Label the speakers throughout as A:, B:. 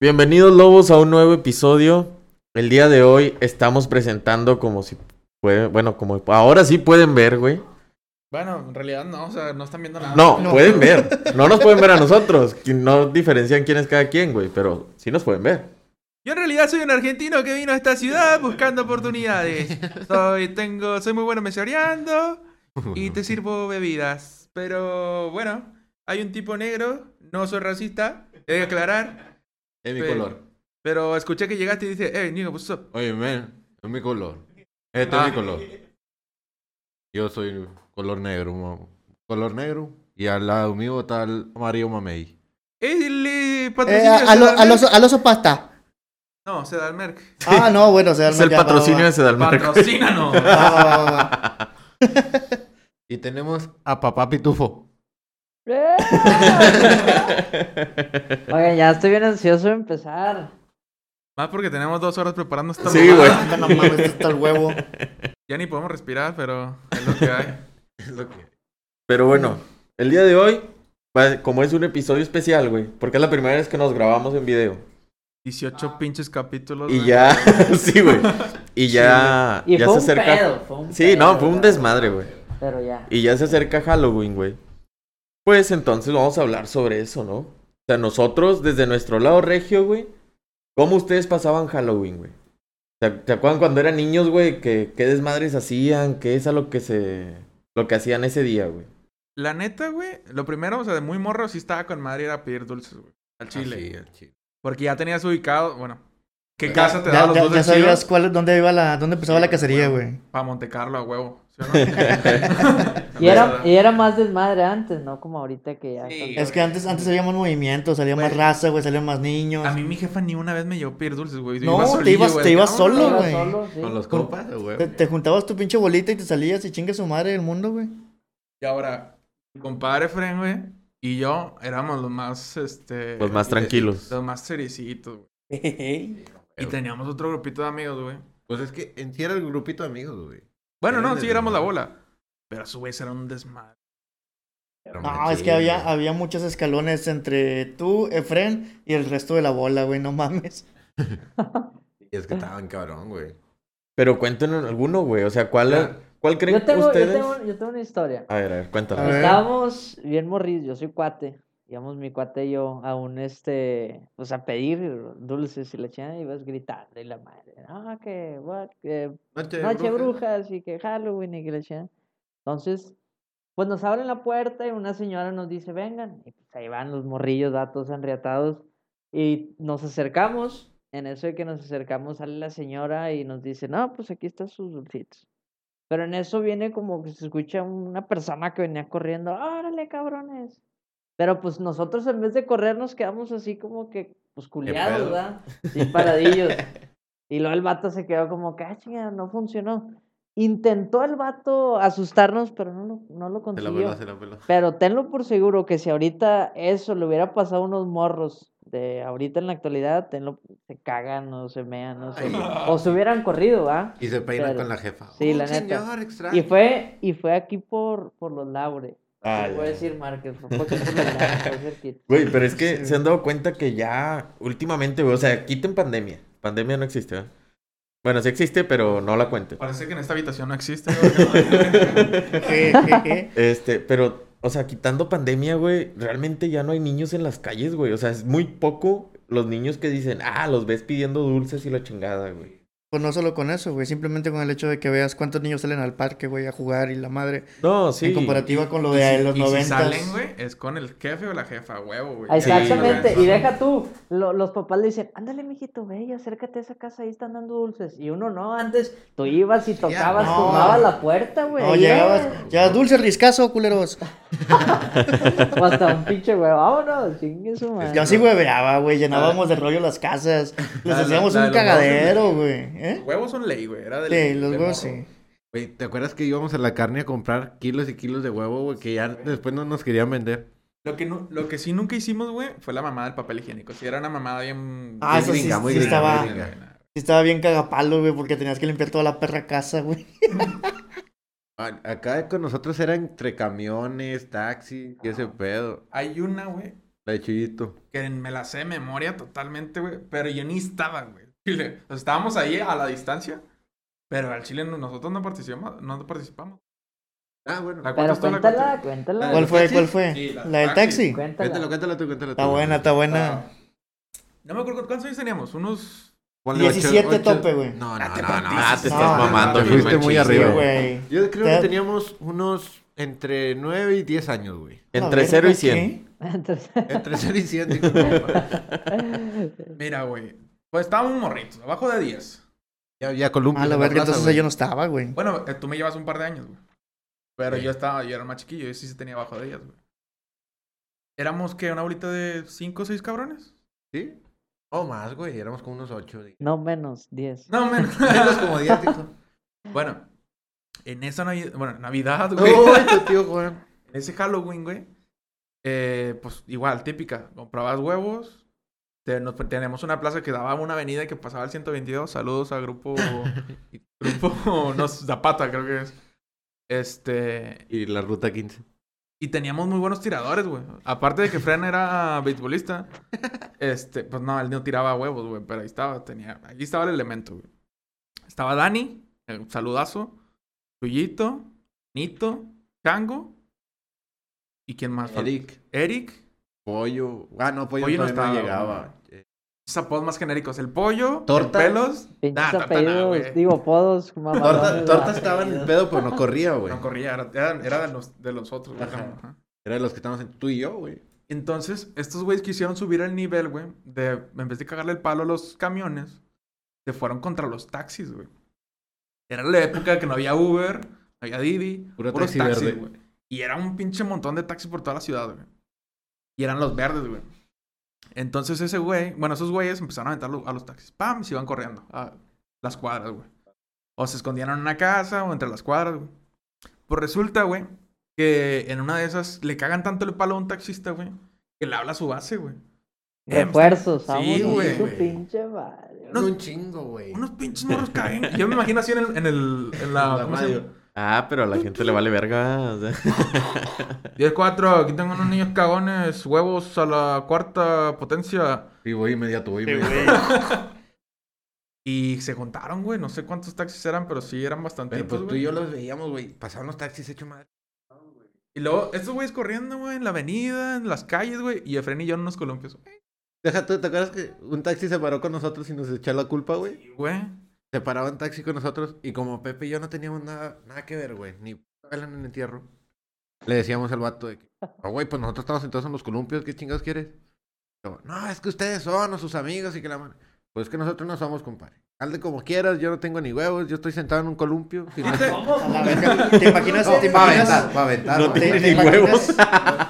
A: Bienvenidos lobos a un nuevo episodio. El día de hoy estamos presentando como si pueden, bueno, como ahora sí pueden ver, güey.
B: Bueno, en realidad no, o sea, no están viendo nada.
A: No, pueden ver. No nos pueden ver a nosotros. que No diferencian quién es cada quien, güey, pero sí nos pueden ver.
B: Yo en realidad soy un argentino que vino a esta ciudad buscando oportunidades. Soy, tengo, soy muy bueno meseoreando y te sirvo bebidas. Pero bueno, hay un tipo negro, no soy racista, he de aclarar.
C: Es mi
B: Pero-
C: color.
B: Pero escuché que llegaste y "Eh, dije, hey, nigga, what's up?
C: Oye, men, es mi color. Este
B: Ah.
C: es mi color. Yo soy color negro, mo- color negro. Y al lado mío está el amarillo mamey.
B: El eh,
D: Eh,
B: patrocinio
D: a- a lo- al
B: Sedalmerc.
D: oso- al oso pasta.
B: No, Sedalmerc.
D: Ah, no, bueno, se
A: Es el patrocinio de Sedalmer.
B: Patrocínanos.
C: Y tenemos a papá pitufo.
E: Oigan, ya estoy bien ansioso de empezar.
B: Más porque tenemos dos horas preparando esta
A: Sí,
B: mamada.
A: güey.
D: Ah, No, no mames, está el huevo.
B: Ya ni podemos respirar, pero es lo que hay.
A: Pero bueno, el día de hoy, va- como es un episodio especial, güey, porque es la primera vez que nos grabamos en video.
B: 18 pinches capítulos.
A: Y
B: güey.
A: ya, sí, güey. Y ya,
E: Y
A: ya
E: fue
A: se
E: un
A: acerca.
E: pedo, fue un
A: Sí, no,
E: pedo,
A: fue un
E: pero-
A: desmadre, güey.
E: Pero ya.
A: Y ya se acerca Halloween, güey. Pues entonces vamos a hablar sobre eso, ¿no? O sea, nosotros, desde nuestro lado regio, güey, ¿cómo ustedes pasaban Halloween, güey? ¿Se ac- ¿Se acuerdan cuando eran niños, güey? que- ¿Qué, desmadres hacían? ¿Qué es a lo que se... lo que hacían ese día, güey?
B: La neta, güey, lo primero, o sea, de muy morro sí estaba con madre ir a pedir dulces, güey. Al chile.
C: Así, al chile.
B: Porque ya tenías ubicado, bueno, ¿qué
C: Ya-
B: casa te
D: Ya,
B: daba Ah, los
D: ya- ya
B: dulces
D: sabías
B: chidos?
D: cuál, dónde iba la, dónde empezaba la cacería, güey.
B: Para Monte Carlo a huevo. ¿sí o no?
E: Y era,
A: pues,
E: y era más desmadre antes, ¿no? Como ahorita que ya.
B: Sí.
D: Es que antes, antes había más movimiento, salía más
B: Güey.
D: raza, güey, salían más niños.
B: A mí mi jefa ni una vez me llevó a pedir dulces, güey. Yo
D: No, te
B: solillo,
D: ibas-
B: güey,
D: te
B: de
D: ibas
B: que,
D: solo,
B: "Vámonos".
D: güey.
E: solo, sí.
C: Con los compas, güey.
D: Te, te juntabas tu pinche bolita y te salías y chingue su madre el mundo, güey.
B: Y ahora, mi compadre Fren, güey, y yo éramos los más, este...
A: Los más tranquilos.
B: Los más seriecitos, güey. Y
C: Pero-
B: teníamos otro grupito de amigos, güey.
C: Pues es que en sí era el grupito de amigos, güey.
B: Bueno,
C: Eran
B: no,
C: de
B: sí, éramos la
C: desmadre.
B: bola. Pero su vez era un desmadre.
D: No, Ah, es que había, había muchos escalones entre tú, Efren, y el resto de la bola, güey, no mames.
C: Y es que estaban cabrón, güey.
A: Pero cuéntenos alguno, güey. O sea, ¿cuál,
C: Ya.
A: ¿cuál creen
E: Yo tengo, yo,
A: ustedes?
E: tengo, yo tengo una historia.
A: A ver, a ver, cuéntanos.
D: A ver.
E: Estábamos bien morridos, yo soy cuate. Íbamos mi cuate y yo a un este, pues a pedir dulces y la chingada y vas gritando y la madre. Ah, que, what, que
C: Noche,
E: Noche
C: bruja.
E: brujas y que Halloween y que la chingada. Entonces, pues nos abren la puerta y una señora nos dice, vengan. Y pues ahí van los morrillos, datos enriatados. Y nos acercamos. En eso de que nos acercamos sale la señora y nos dice, no, pues aquí están sus dulcitos. Pero en eso viene como que se escucha una persona que venía corriendo, órale, cabrones. Pero pues nosotros en vez de correr nos quedamos así como que, pues culiados,
C: pedo?
E: ¿verdad? Sí, paradillos. Y luego el vato se quedó como que, ah, chinga, no funcionó. Intentó el vato asustarnos, pero no lo, no lo
C: Se la
E: consiguió.
C: peló, se la peló.
E: Pero tenlo por seguro que si ahorita eso le hubiera pasado a unos morros de ahorita en la actualidad, tenlo, se cagan o se mean o, se,
C: Ay.
E: o se hubieran corrido, ¿ah?
C: Y se peinan
E: Pero-
C: con la jefa.
E: sí,
C: Un
E: la neta.
C: señor extraño.
E: Y fue, y fue aquí por, por los laures.
A: Ah,
E: Te
A: ya.
E: puedo decir, Márquez, fue por aquí por los laures, fue cerquita.
A: Güey, pero es que se han dado cuenta que ya últimamente, güey, o sea, quiten pandemia. Pandemia no existe, ¿verdad? Bueno, sí existe, pero no la cuenten.
B: Parece que en esta habitación no existe, güey.
D: Je, je, je.
A: Este, pero, o sea, quitando pandemia, güey, realmente ya no hay niños en las calles, güey. O sea, es muy poco los niños que dicen, ah, los ves pidiendo dulces y la chingada, güey.
D: Pues no solo con eso, güey, simplemente con el hecho de que veas cuántos niños salen al parque, güey, a jugar y la madre.
A: No, sí.
D: En comparativa con lo
B: Y
D: de
B: si-
D: los
B: y si
D: 90.
B: salen, güey, es con el jefe o la jefa, huevo, güey.
E: Ah, Exactamente,
B: Sí,
E: y deja tú, lo- los papás le dicen, ándale, mijito, ve y acércate a esa casa, ahí están dando dulces. Y uno no, antes tú ibas y tocabas,
D: no.
E: tumbabas la puerta, güey.
D: No,
E: ahí
D: llegabas,
E: era.
D: llegabas dulce riscazo, culeros.
E: O hasta un pinche güey, vámonos, chingue su madre.
D: Yo así hueveaba, güey, llenábamos de rollo las casas. Les
B: la-
D: hacíamos
B: la de
D: un
B: los
D: cagadero,
B: huevos,
D: güey. ¿Eh?
B: Huevos son ley, güey. Era del,
D: Sí, los
B: del
D: huevos
B: morro.
D: sí.
C: Güey, ¿te acuerdas que íbamos a la carne a comprar kilos y kilos de huevo, güey? Que ya después no nos querían vender.
B: Lo que, nu- lo que sí nunca hicimos, güey, fue la mamada del papel higiénico. Si era una mamada bien.
D: Ah,
B: bien
D: eso sí-
B: gringa, muy
D: sí
B: gringa,
D: estaba-
B: muy gringa, güey, nada.
D: Sí estaba bien cagapalo, güey, porque tenías que limpiar toda la perra casa, güey.
C: A- Acá con nosotros era entre camiones, taxi y ese pedo.
B: Hay una, güey,
C: La de Chillito.
B: que me la sé de memoria totalmente, güey. Pero yo ni estaba, güey. Chile, o sea, Estábamos ahí a la distancia, pero al Chile no- nosotros no participamos. No participamos.
C: Ah, bueno.
B: La
E: Pero
B: está la
E: cuéntala,
B: cuenta.
E: cuéntala.
D: ¿Cuál fue?
C: taxis?
D: ¿Cuál fue?
B: Sí, la-
D: ¿La del taxi?
C: Cántala,
E: Cuéntala.
C: cántala tú, cántala tú.
D: Está buena, está buena.
B: Ah. No me acuerdo cuántos años teníamos. Unos.
C: Ponle ocho-
D: 17
C: ocho-
D: tope, güey.
C: No,
B: Ah,
C: no,
B: te
C: no, no.
B: partiste.
A: Ah, te estás
D: No,
A: mamando,
B: no, no,
A: bien
C: fuiste muy
A: machín,
C: arriba,
D: Sí,
A: güey.
D: güey.
C: Yo creo
D: Te-
C: que teníamos unos entre 9 y 10 años, güey.
D: A
A: Entre
D: ver,
A: 0 y
D: ¿por
A: 100.
D: qué?
E: Entonces,
C: Entre 0 y 7. con ropa.
B: Mira, güey. Pues estábamos morritos, abajo de 10.
C: ya, ya Columbia.
D: A Ah, la verga, entonces yo no estaba, güey.
B: Bueno, eh, tú me llevas un par de años, güey. Pero
C: Sí.
B: yo estaba, yo era más chiquillo, yo sí se tenía abajo de ellas, güey. Éramos que una bolita de 5 o 6 cabrones.
C: ¿Sí? O más, güey. Éramos como unos 8.
E: no menos, 10.
B: No, menos.
C: Menos como 10, dijo.
B: bueno, en esa Navidad, bueno, Navidad,
C: Oh,
B: güey.
C: Uy, tu tío Juan.
B: En ese Halloween, güey. eh, pues igual, típica. Comprabas huevos. te- nos- teníamos una plaza que daba una avenida que pasaba al 122. Saludos al grupo. grupo. No, Zapata, creo que es. Este.
C: Y la ruta 15.
B: Y teníamos muy buenos tiradores, güey. Aparte de que Fran era beisbolista, este, pues no, él no tiraba huevos, güey, pero ahí estaba, tenía, ahí estaba el elemento, güey. Estaba Dani, eh, un saludazo, Tuyito, Nito, Chango, ¿y quién más? faltó?
C: Eric.
B: Eric,
C: Pollo. Ah, no, pollo,
B: Pollo no
C: todavía no,
B: estaba,
C: llegaba. Eh,
B: esos apodos más genéricos, el pollo,
C: Torta.
B: el pelos,
E: Pinches
B: nah, torta nah,
E: apellidos,
B: güey.
E: digo, apodos.
C: Torta,
E: mamalones,
C: torta
E: güey.
C: estaba en el pedo, pero no corría, güey.
B: no corría, era, era- era de, los, de los otros, güey.
C: Ajá.
B: Ajá.
C: Era de los que estábamos en tú y yo, güey.
B: Entonces, estos güeyes quisieron subir el nivel, güey, de en vez de cagarle el palo a los camiones, se fueron contra los taxis, güey. Era la época que no había Uber, no había Didi,
C: Puro
B: puros
C: taxi
B: taxis,
C: verde.
B: güey. Y era un pinche montón de taxis por toda la ciudad, güey. Y eran los verdes, güey. Entonces ese güey, bueno, esos güeyes empezaron a aventar lo- a los taxis. ¡Pam! Y se iban corriendo a las cuadras, güey. O se escondían en una casa o entre las cuadras, güey. Pues resulta, güey, que en una de esas le cagan tanto el palo a un taxista, güey, que le habla a su base, güey.
E: Refuerzos, vamos.
B: Sí,
E: Sí,
B: güey.
E: su pinche madre.
B: No.
C: un chingo, güey.
B: Unos pinches morros caen. Yo me imagino así en, el, en, el, en la...
C: La
B: ¿cómo se llama?
C: radio.
A: Ah, pero a la gente le vale verga. o sea.
B: 10-4, aquí tengo unos niños cagones, huevos a la cuarta potencia.
C: Y voy inmediato, voy
D: Sí,
C: inmediato.
D: güey.
B: Y se juntaron, güey. No sé cuántos taxis eran, pero sí eran bastantitos,
C: Pero pues tú
B: güey.
C: y yo los veíamos, güey. Pasaban los taxis hecho madre.
B: Y luego, estos güeyes corriendo, güey, en la avenida, en las calles, güey. Y Efren y yo en unos columpios.
C: Deja tú, ¿te acuerdas que un taxi se paró con nosotros y nos echó la culpa, güey?
B: Güey.
C: Se paraba en taxi con nosotros y como Pepe y yo no teníamos nada, nada que ver, güey, ni vela en el entierro, le decíamos al vato de que, "Ah, güey, pues nosotros estamos sentados en los columpios, ¿qué chingados quieres? Pero, no, es que ustedes son o sus amigos y que la man... Pues es que nosotros no somos, compadre. Hazle como quieras, yo no tengo ni huevos, yo estoy sentado en un columpio. sin-
D: A la verga. ¿Te imaginas?
C: No,
D: ¿Te
C: va a
D: imaginas?
C: aventar, va a aventar.
A: No
C: va a
A: tiene
C: aventar.
D: ¿Te
A: ni
D: imaginas-
A: huevos.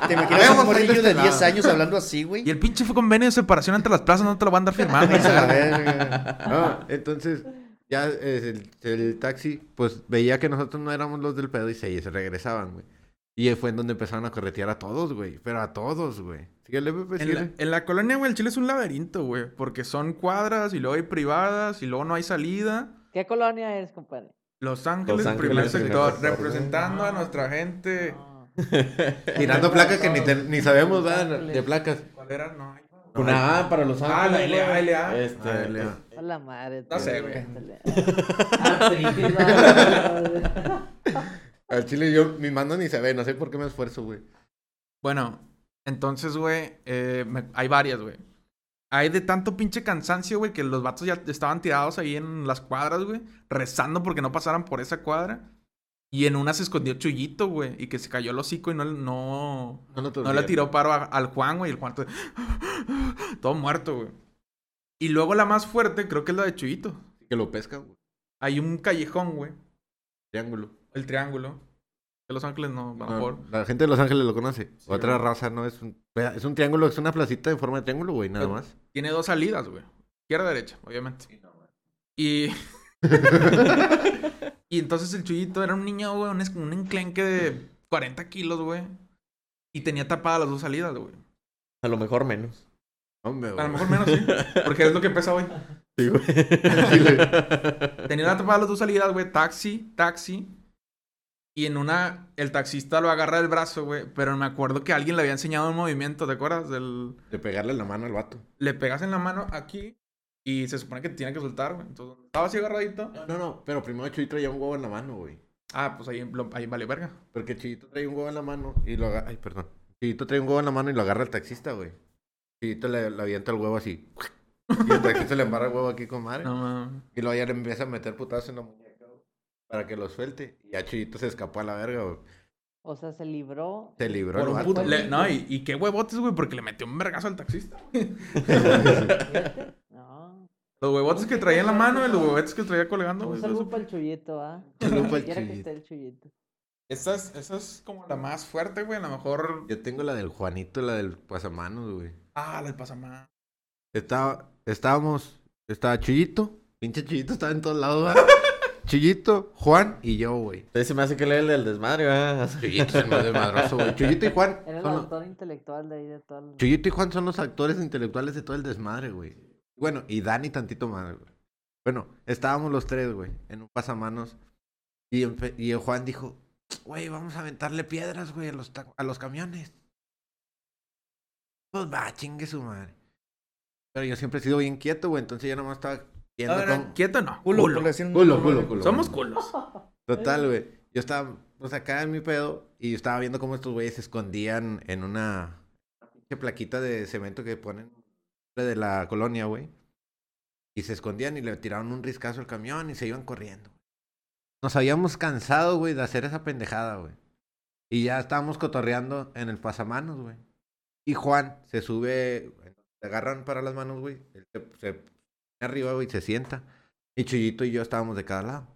D: ¿Te imaginas
C: Vemos
D: un
C: ahí de
D: morrillo
C: este
D: de 10
C: lado.
D: años hablando así, güey?
B: Y el pinche fue convenio de separación entre las plazas, no te lo van a andar firmando.
D: Vamos a la verga.
C: Ah, entonces, ya eh, el, el taxi, pues veía que nosotros no éramos los del pedo y se, y se regresaban, güey. Y ahí fue en donde empezaron a corretear a todos, güey. Pero a todos, güey. Síguele, Pepe,
B: En la,
C: síguele.
B: en la colonia, güey, el Chile es un laberinto, güey. Porque son cuadras y luego hay privadas y luego no hay salida.
E: ¿Qué colonia es, compadre?
B: Los Ángeles,
A: Ángeles,
B: primer
A: primer
B: sector,
A: sector,
B: representando a nuestra gente.
E: No.
C: Tirando placas que ni, te- ni sabemos, ¿verdad? De placas.
B: ¿Cuál era? No. hay.
A: Una A para los
B: Ah, la LA, LA.
A: Este,
C: Ah, LA.
E: A la madre.
B: No
E: tío,
B: sé, güey.
E: cántale. Ah, sí, no,
C: Al chile yo, mis manos ni se ven, no sé por qué me esfuerzo, güey.
B: Bueno, entonces, güey, eh, me- hay varias, güey. Hay de tanto pinche cansancio, güey, que los vatos ya estaban tirados ahí en las cuadras, güey, rezando porque no pasaran por esa cuadra. Y en una se escondió Chuyito, güey, y que se cayó el hocico y no, no,
C: No, lo
B: No le tiró paro a- al Juan, güey. y El Juan todo, todo muerto, güey. Y luego la más fuerte, creo que es la de Chuyito.
C: Que lo pesca, güey.
B: Hay un callejón, güey.
C: Triángulo.
B: El triángulo. De Los Ángeles no, a lo
C: No,
B: mejor.
C: la gente de Los Ángeles lo conoce.
B: Sí,
C: Otra
B: güey.
C: raza, ¿no? Es un, es un triángulo, es una placita en forma de triángulo, güey, nada
B: Pero-
C: más.
B: Tiene dos salidas, güey. Izquierda, derecha, obviamente. Y. y entonces el Chuyito era un niño, güey, un, es- un enclenque de 40 kilos, güey. Y tenía tapadas las dos salidas, güey.
A: A lo mejor menos.
C: Hombre,
B: A
C: güey.
B: lo mejor menos, sí. Porque es lo que pesa hoy.
A: Sí, güey.
B: Tenía la tapada de las dos salidas, güey. Taxi, taxi. Y en una, el taxista lo agarra del brazo, güey. Pero me acuerdo que alguien le había enseñado un movimiento, ¿te acuerdas? Del,
C: De pegarle la mano al vato.
B: le pegas en la mano aquí y se supone que te tiene que soltar, güey. Entonces, estaba así agarradito.
C: No, no, pero primero Chuyito traía un huevo en la mano, güey.
B: Ah, pues ahí, lo- ahí vale verga.
C: Porque Chuyito traía un huevo en la mano y lo agarra. Ay, perdón. Chuyito traía un huevo en la mano y lo agarra el taxista, güey. Chuyito le, le avienta el huevo así. Y el taxista le embarra el huevo aquí con madre.
B: No mames.
C: Y luego ya le empieza a meter putazos en la muñeca, güey. Para que los suelte. Y ya Chuyito se escapó a la verga, güey.
E: O sea, se libró.
C: Se libró
B: Por
C: el
B: un
C: vato.
B: puto-
C: güey.
B: le- no, y, y qué huevotes, güey, porque le metió un vergazo al taxista.
E: ¿Viste? No.
B: Los huevotes que traía en la mano y los huevotes que traía colgando,
E: Un
B: güey.
E: saludo para el chullito, ¿ah?
C: pues, Saludo pa'l
E: Donde quiera que
C: Chuyito.
E: esté el chullito.
B: Esa es, esa es como la más fuerte, güey. A lo mejor.
C: Yo tengo la del Juanito, la del pasamanos, güey.
B: Ah, la del pasamano.
C: Estaba, estábamos, estaba Chuyito, pinche Chuyito estaba en todos lados, ¿verdad? Chuyito, Juan y yo, güey.
A: Entonces se me hace que leer el del desmadre, ¿verdad?
C: Chuyito es el más desmadroso, güey. Chuyito y Juan.
E: Era el
C: son los-
E: autor intelectual de ahí de todo el...
C: Chuyito y Juan son los actores intelectuales de todo el desmadre, güey. Bueno, y Dani tantito más, güey. Bueno, estábamos los tres, güey, en un pasamanos. Y, empe- y el Juan dijo, güey, vamos a aventarle piedras, güey, a los, ta- a los camiones. Pues va, chingue su madre. Pero yo siempre he sido bien quieto, güey, entonces yo nomás estaba viendo cómo-
B: quieto no.
D: Culo,
B: Culo.
D: por decir un-
C: Culo, culo, culo.
B: Somos culos.
C: Total, güey. Yo estaba, pues acá en mi pedo, y yo estaba viendo cómo estos güeyes se escondían en una pinche plaquita de cemento que ponen de la colonia, güey. Y se escondían y le tiraron un riscazo al camión y se iban corriendo. Nos habíamos cansado, güey, de hacer esa pendejada, güey. Y ya estábamos cotorreando en el pasamanos, güey. Y Juan se sube, se agarran para las manos, güey. Él se, se pone arriba, güey, y se sienta. Y Chuyito y yo estábamos de cada lado.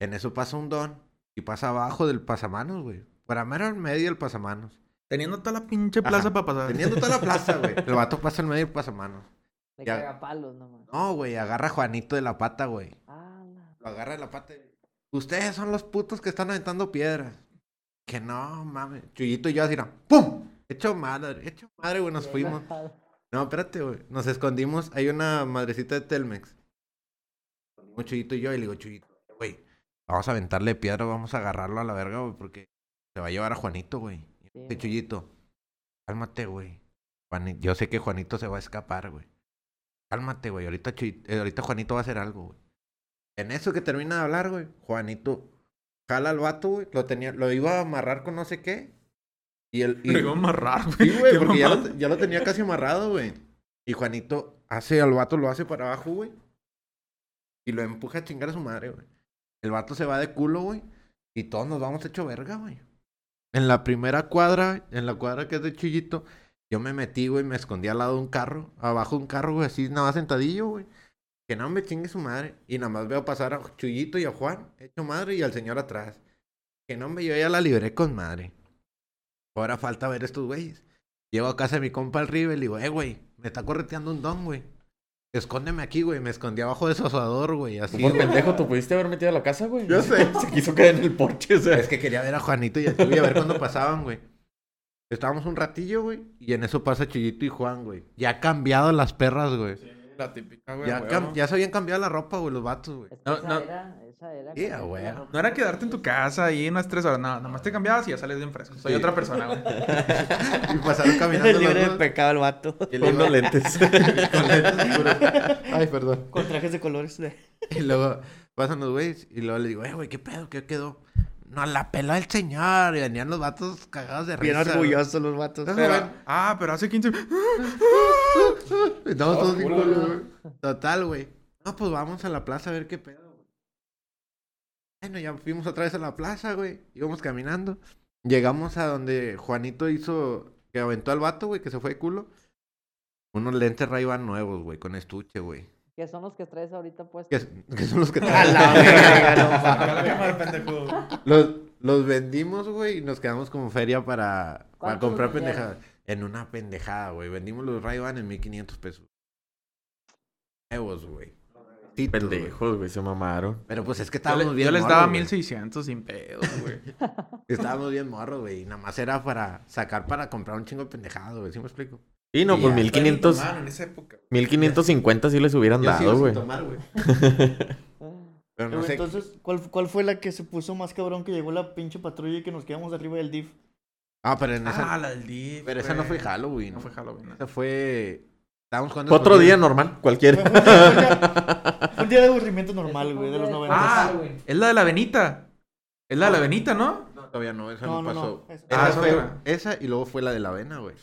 C: En eso pasa un don y pasa abajo del pasamanos, güey. Para mero en medio del pasamanos.
B: Teniendo toda la pinche
C: Ajá.
B: plaza para pasar.
C: Teniendo toda la plaza, güey. El vato pasa en medio del pasamanos.
E: De
C: ya.
E: cagapalos nomás.
C: No, güey, agarra a Juanito de la pata, güey.
E: Ah, la-
C: Lo agarra de la pata y... Ustedes son los putos que están aventando piedras. Que no, mames. Chuyito y yo así, no. ¡Pum! Hecho madre, hecho madre, güey. Nos fuimos. No, espérate, güey. Nos escondimos. Hay una madrecita de Telmex. Un Chuyito y yo, y le digo, Chuyito, güey, vamos a aventarle piedra, vamos a agarrarlo a la verga, güey, porque se va a llevar a Juanito, güey.
E: Sí,
C: Y
E: güey.
C: Chuyito, cálmate, güey. Juani- Yo sé que Juanito se va a escapar, güey. Cálmate, güey. Ahorita, Chuy- eh, ahorita Juanito va a hacer algo, güey. En eso que termina de hablar, güey, Juanito jala al vato, güey. Lo, tenía... lo iba a amarrar con no sé qué. Y el... y-
B: Lo iba a amarrar, güey.
C: Sí, güey,
B: Qué
C: porque ya
B: mamada.
C: lo, ya lo tenía casi amarrado, güey. Y Juanito hace al vato, lo hace para abajo, güey. Y lo empuja a chingar a su madre, güey. El vato se va de culo, güey. Y todos nos vamos hecho verga, güey. En la primera cuadra, en la cuadra que es de Chuyito, yo me metí, güey, me escondí al lado de un carro, abajo de un carro, güey, así nada más sentadillo, güey. Que no me chingue su madre. Y nada más veo pasar a Chuyito y a Juan, hecho madre, y al señor atrás. Que no me yo ya la libré con madre. Ahora falta ver estos güeyes. Llego a casa de mi compa el River y le digo, eh, güey, me está correteando un don, güey. Escóndeme aquí, güey. Me escondí abajo de su asador, güey. Así.
A: Por
C: güey.
A: pendejo, ¿te pudiste haber metido a la casa, güey?
C: Yo sé.
A: Se quiso caer en el porche, o sea.
C: Es que quería ver a Juanito y a Chuy a ver cuándo pasaban, güey. Estábamos un ratillo, güey. Y en eso pasa Chuyito y Juan, güey. Ya han cambiado las perras, güey.
B: La típica, Ah, güey.
C: ya,
B: a
C: cam-
B: huevo.
C: ya se habían cambiado la ropa, güey, los vatos, güey.
E: Es que
B: No,
E: esa
B: no.
E: era... Esa era...
C: Sí,
E: como
C: güey.
E: que la ropa-
B: No era quedarte en tu casa ahí unas tres horas. No, nomás te cambiabas y ya sales bien fresco. Soy
C: Sí.
B: otra persona, güey.
C: Y pasaron caminando
D: Es
C: los
D: libre de
C: dos
D: pecado el vato.
A: Y luego unos lentes.
C: con lentes oscuros. Ay, perdón.
D: Con trajes de colores. de-
C: Y luego pasan los güeyes y luego le digo, eh, güey, ¿qué pedo? ¿Qué quedó? No, la peló el señor. Y venían los vatos cagados de
D: Bien
C: risa. güey.
D: orgullosos los vatos.
C: Pero-
B: Pero- ah, pero hace 15.
C: Estamos
B: Ah,
C: todos bien
A: culo,
C: culos, güey. Total, güey. No, pues vamos a la plaza a ver qué pedo, güey. Bueno, ya fuimos otra vez a la plaza, güey. Íbamos caminando. Llegamos a donde Juanito hizo... Que aventó al vato, güey, que se fue de culo. Unos lentes ray Ban nuevos, güey, con estuche, güey.
E: Que son los que traes ahorita puestos.
C: Que, es- que son los que...
D: A la verga, no mames.
B: Acá la cámara, pendejo.
C: Los, los vendimos, güey, y nos quedamos como feria para, para
E: ¿Cuánto
C: comprar
E: los vendieron?
C: pendejadas. En una pendejada, güey. Vendimos los ray en 1500 pesos. Nuevos, güey. Titos, güey.
A: Pendejos, güey, se mamaron.
C: Pero pues es que
B: Yo, le-
C: estábamos bien
B: yo les
C: morros,
B: daba
C: güey.
B: 1600 sin pedo, güey.
C: Estábamos bien morros, güey. Y nada más era para sacar para comprar un chingo de pendejado, güey. ¿Sí me explico?
A: Y no,
C: Y
A: pues
C: ya,
A: 1500,
B: Tomaron en esa época.
A: 1550 sí les hubieran
C: Yo
A: dado,
C: sigo sin
A: güey.
C: tomar, güey.
E: Ah,
C: Pero
D: Pero
C: no sé.
D: Entonces, ¿cuál, ¿cuál fue la que se puso más cabrón que llegó la pinche patrulla y que nos quedamos arriba del DIF?
C: Ah, pero en esa.
B: Ah, la del DIF.
C: pero esa no fue
B: güey.
C: Halloween.
B: No fue Halloween. no.
C: Esa fue. Estábamos jugando.
A: Otro día
C: escondidas.
A: normal,
D: Fue, fue
A: cualquiera.
D: un día- fue un día de aburrimiento normal, güey, de los 90.
B: Ah, es la de la Benita. Es la de
C: Ah.
B: la Benita, ¿no?
C: No, todavía no, esa
D: no,
C: no,
D: no,
C: pasó.
D: no. eso-
B: Ah,
C: Esa
B: es
C: fue
B: otra.
C: esa y luego fue la de la avena, güey.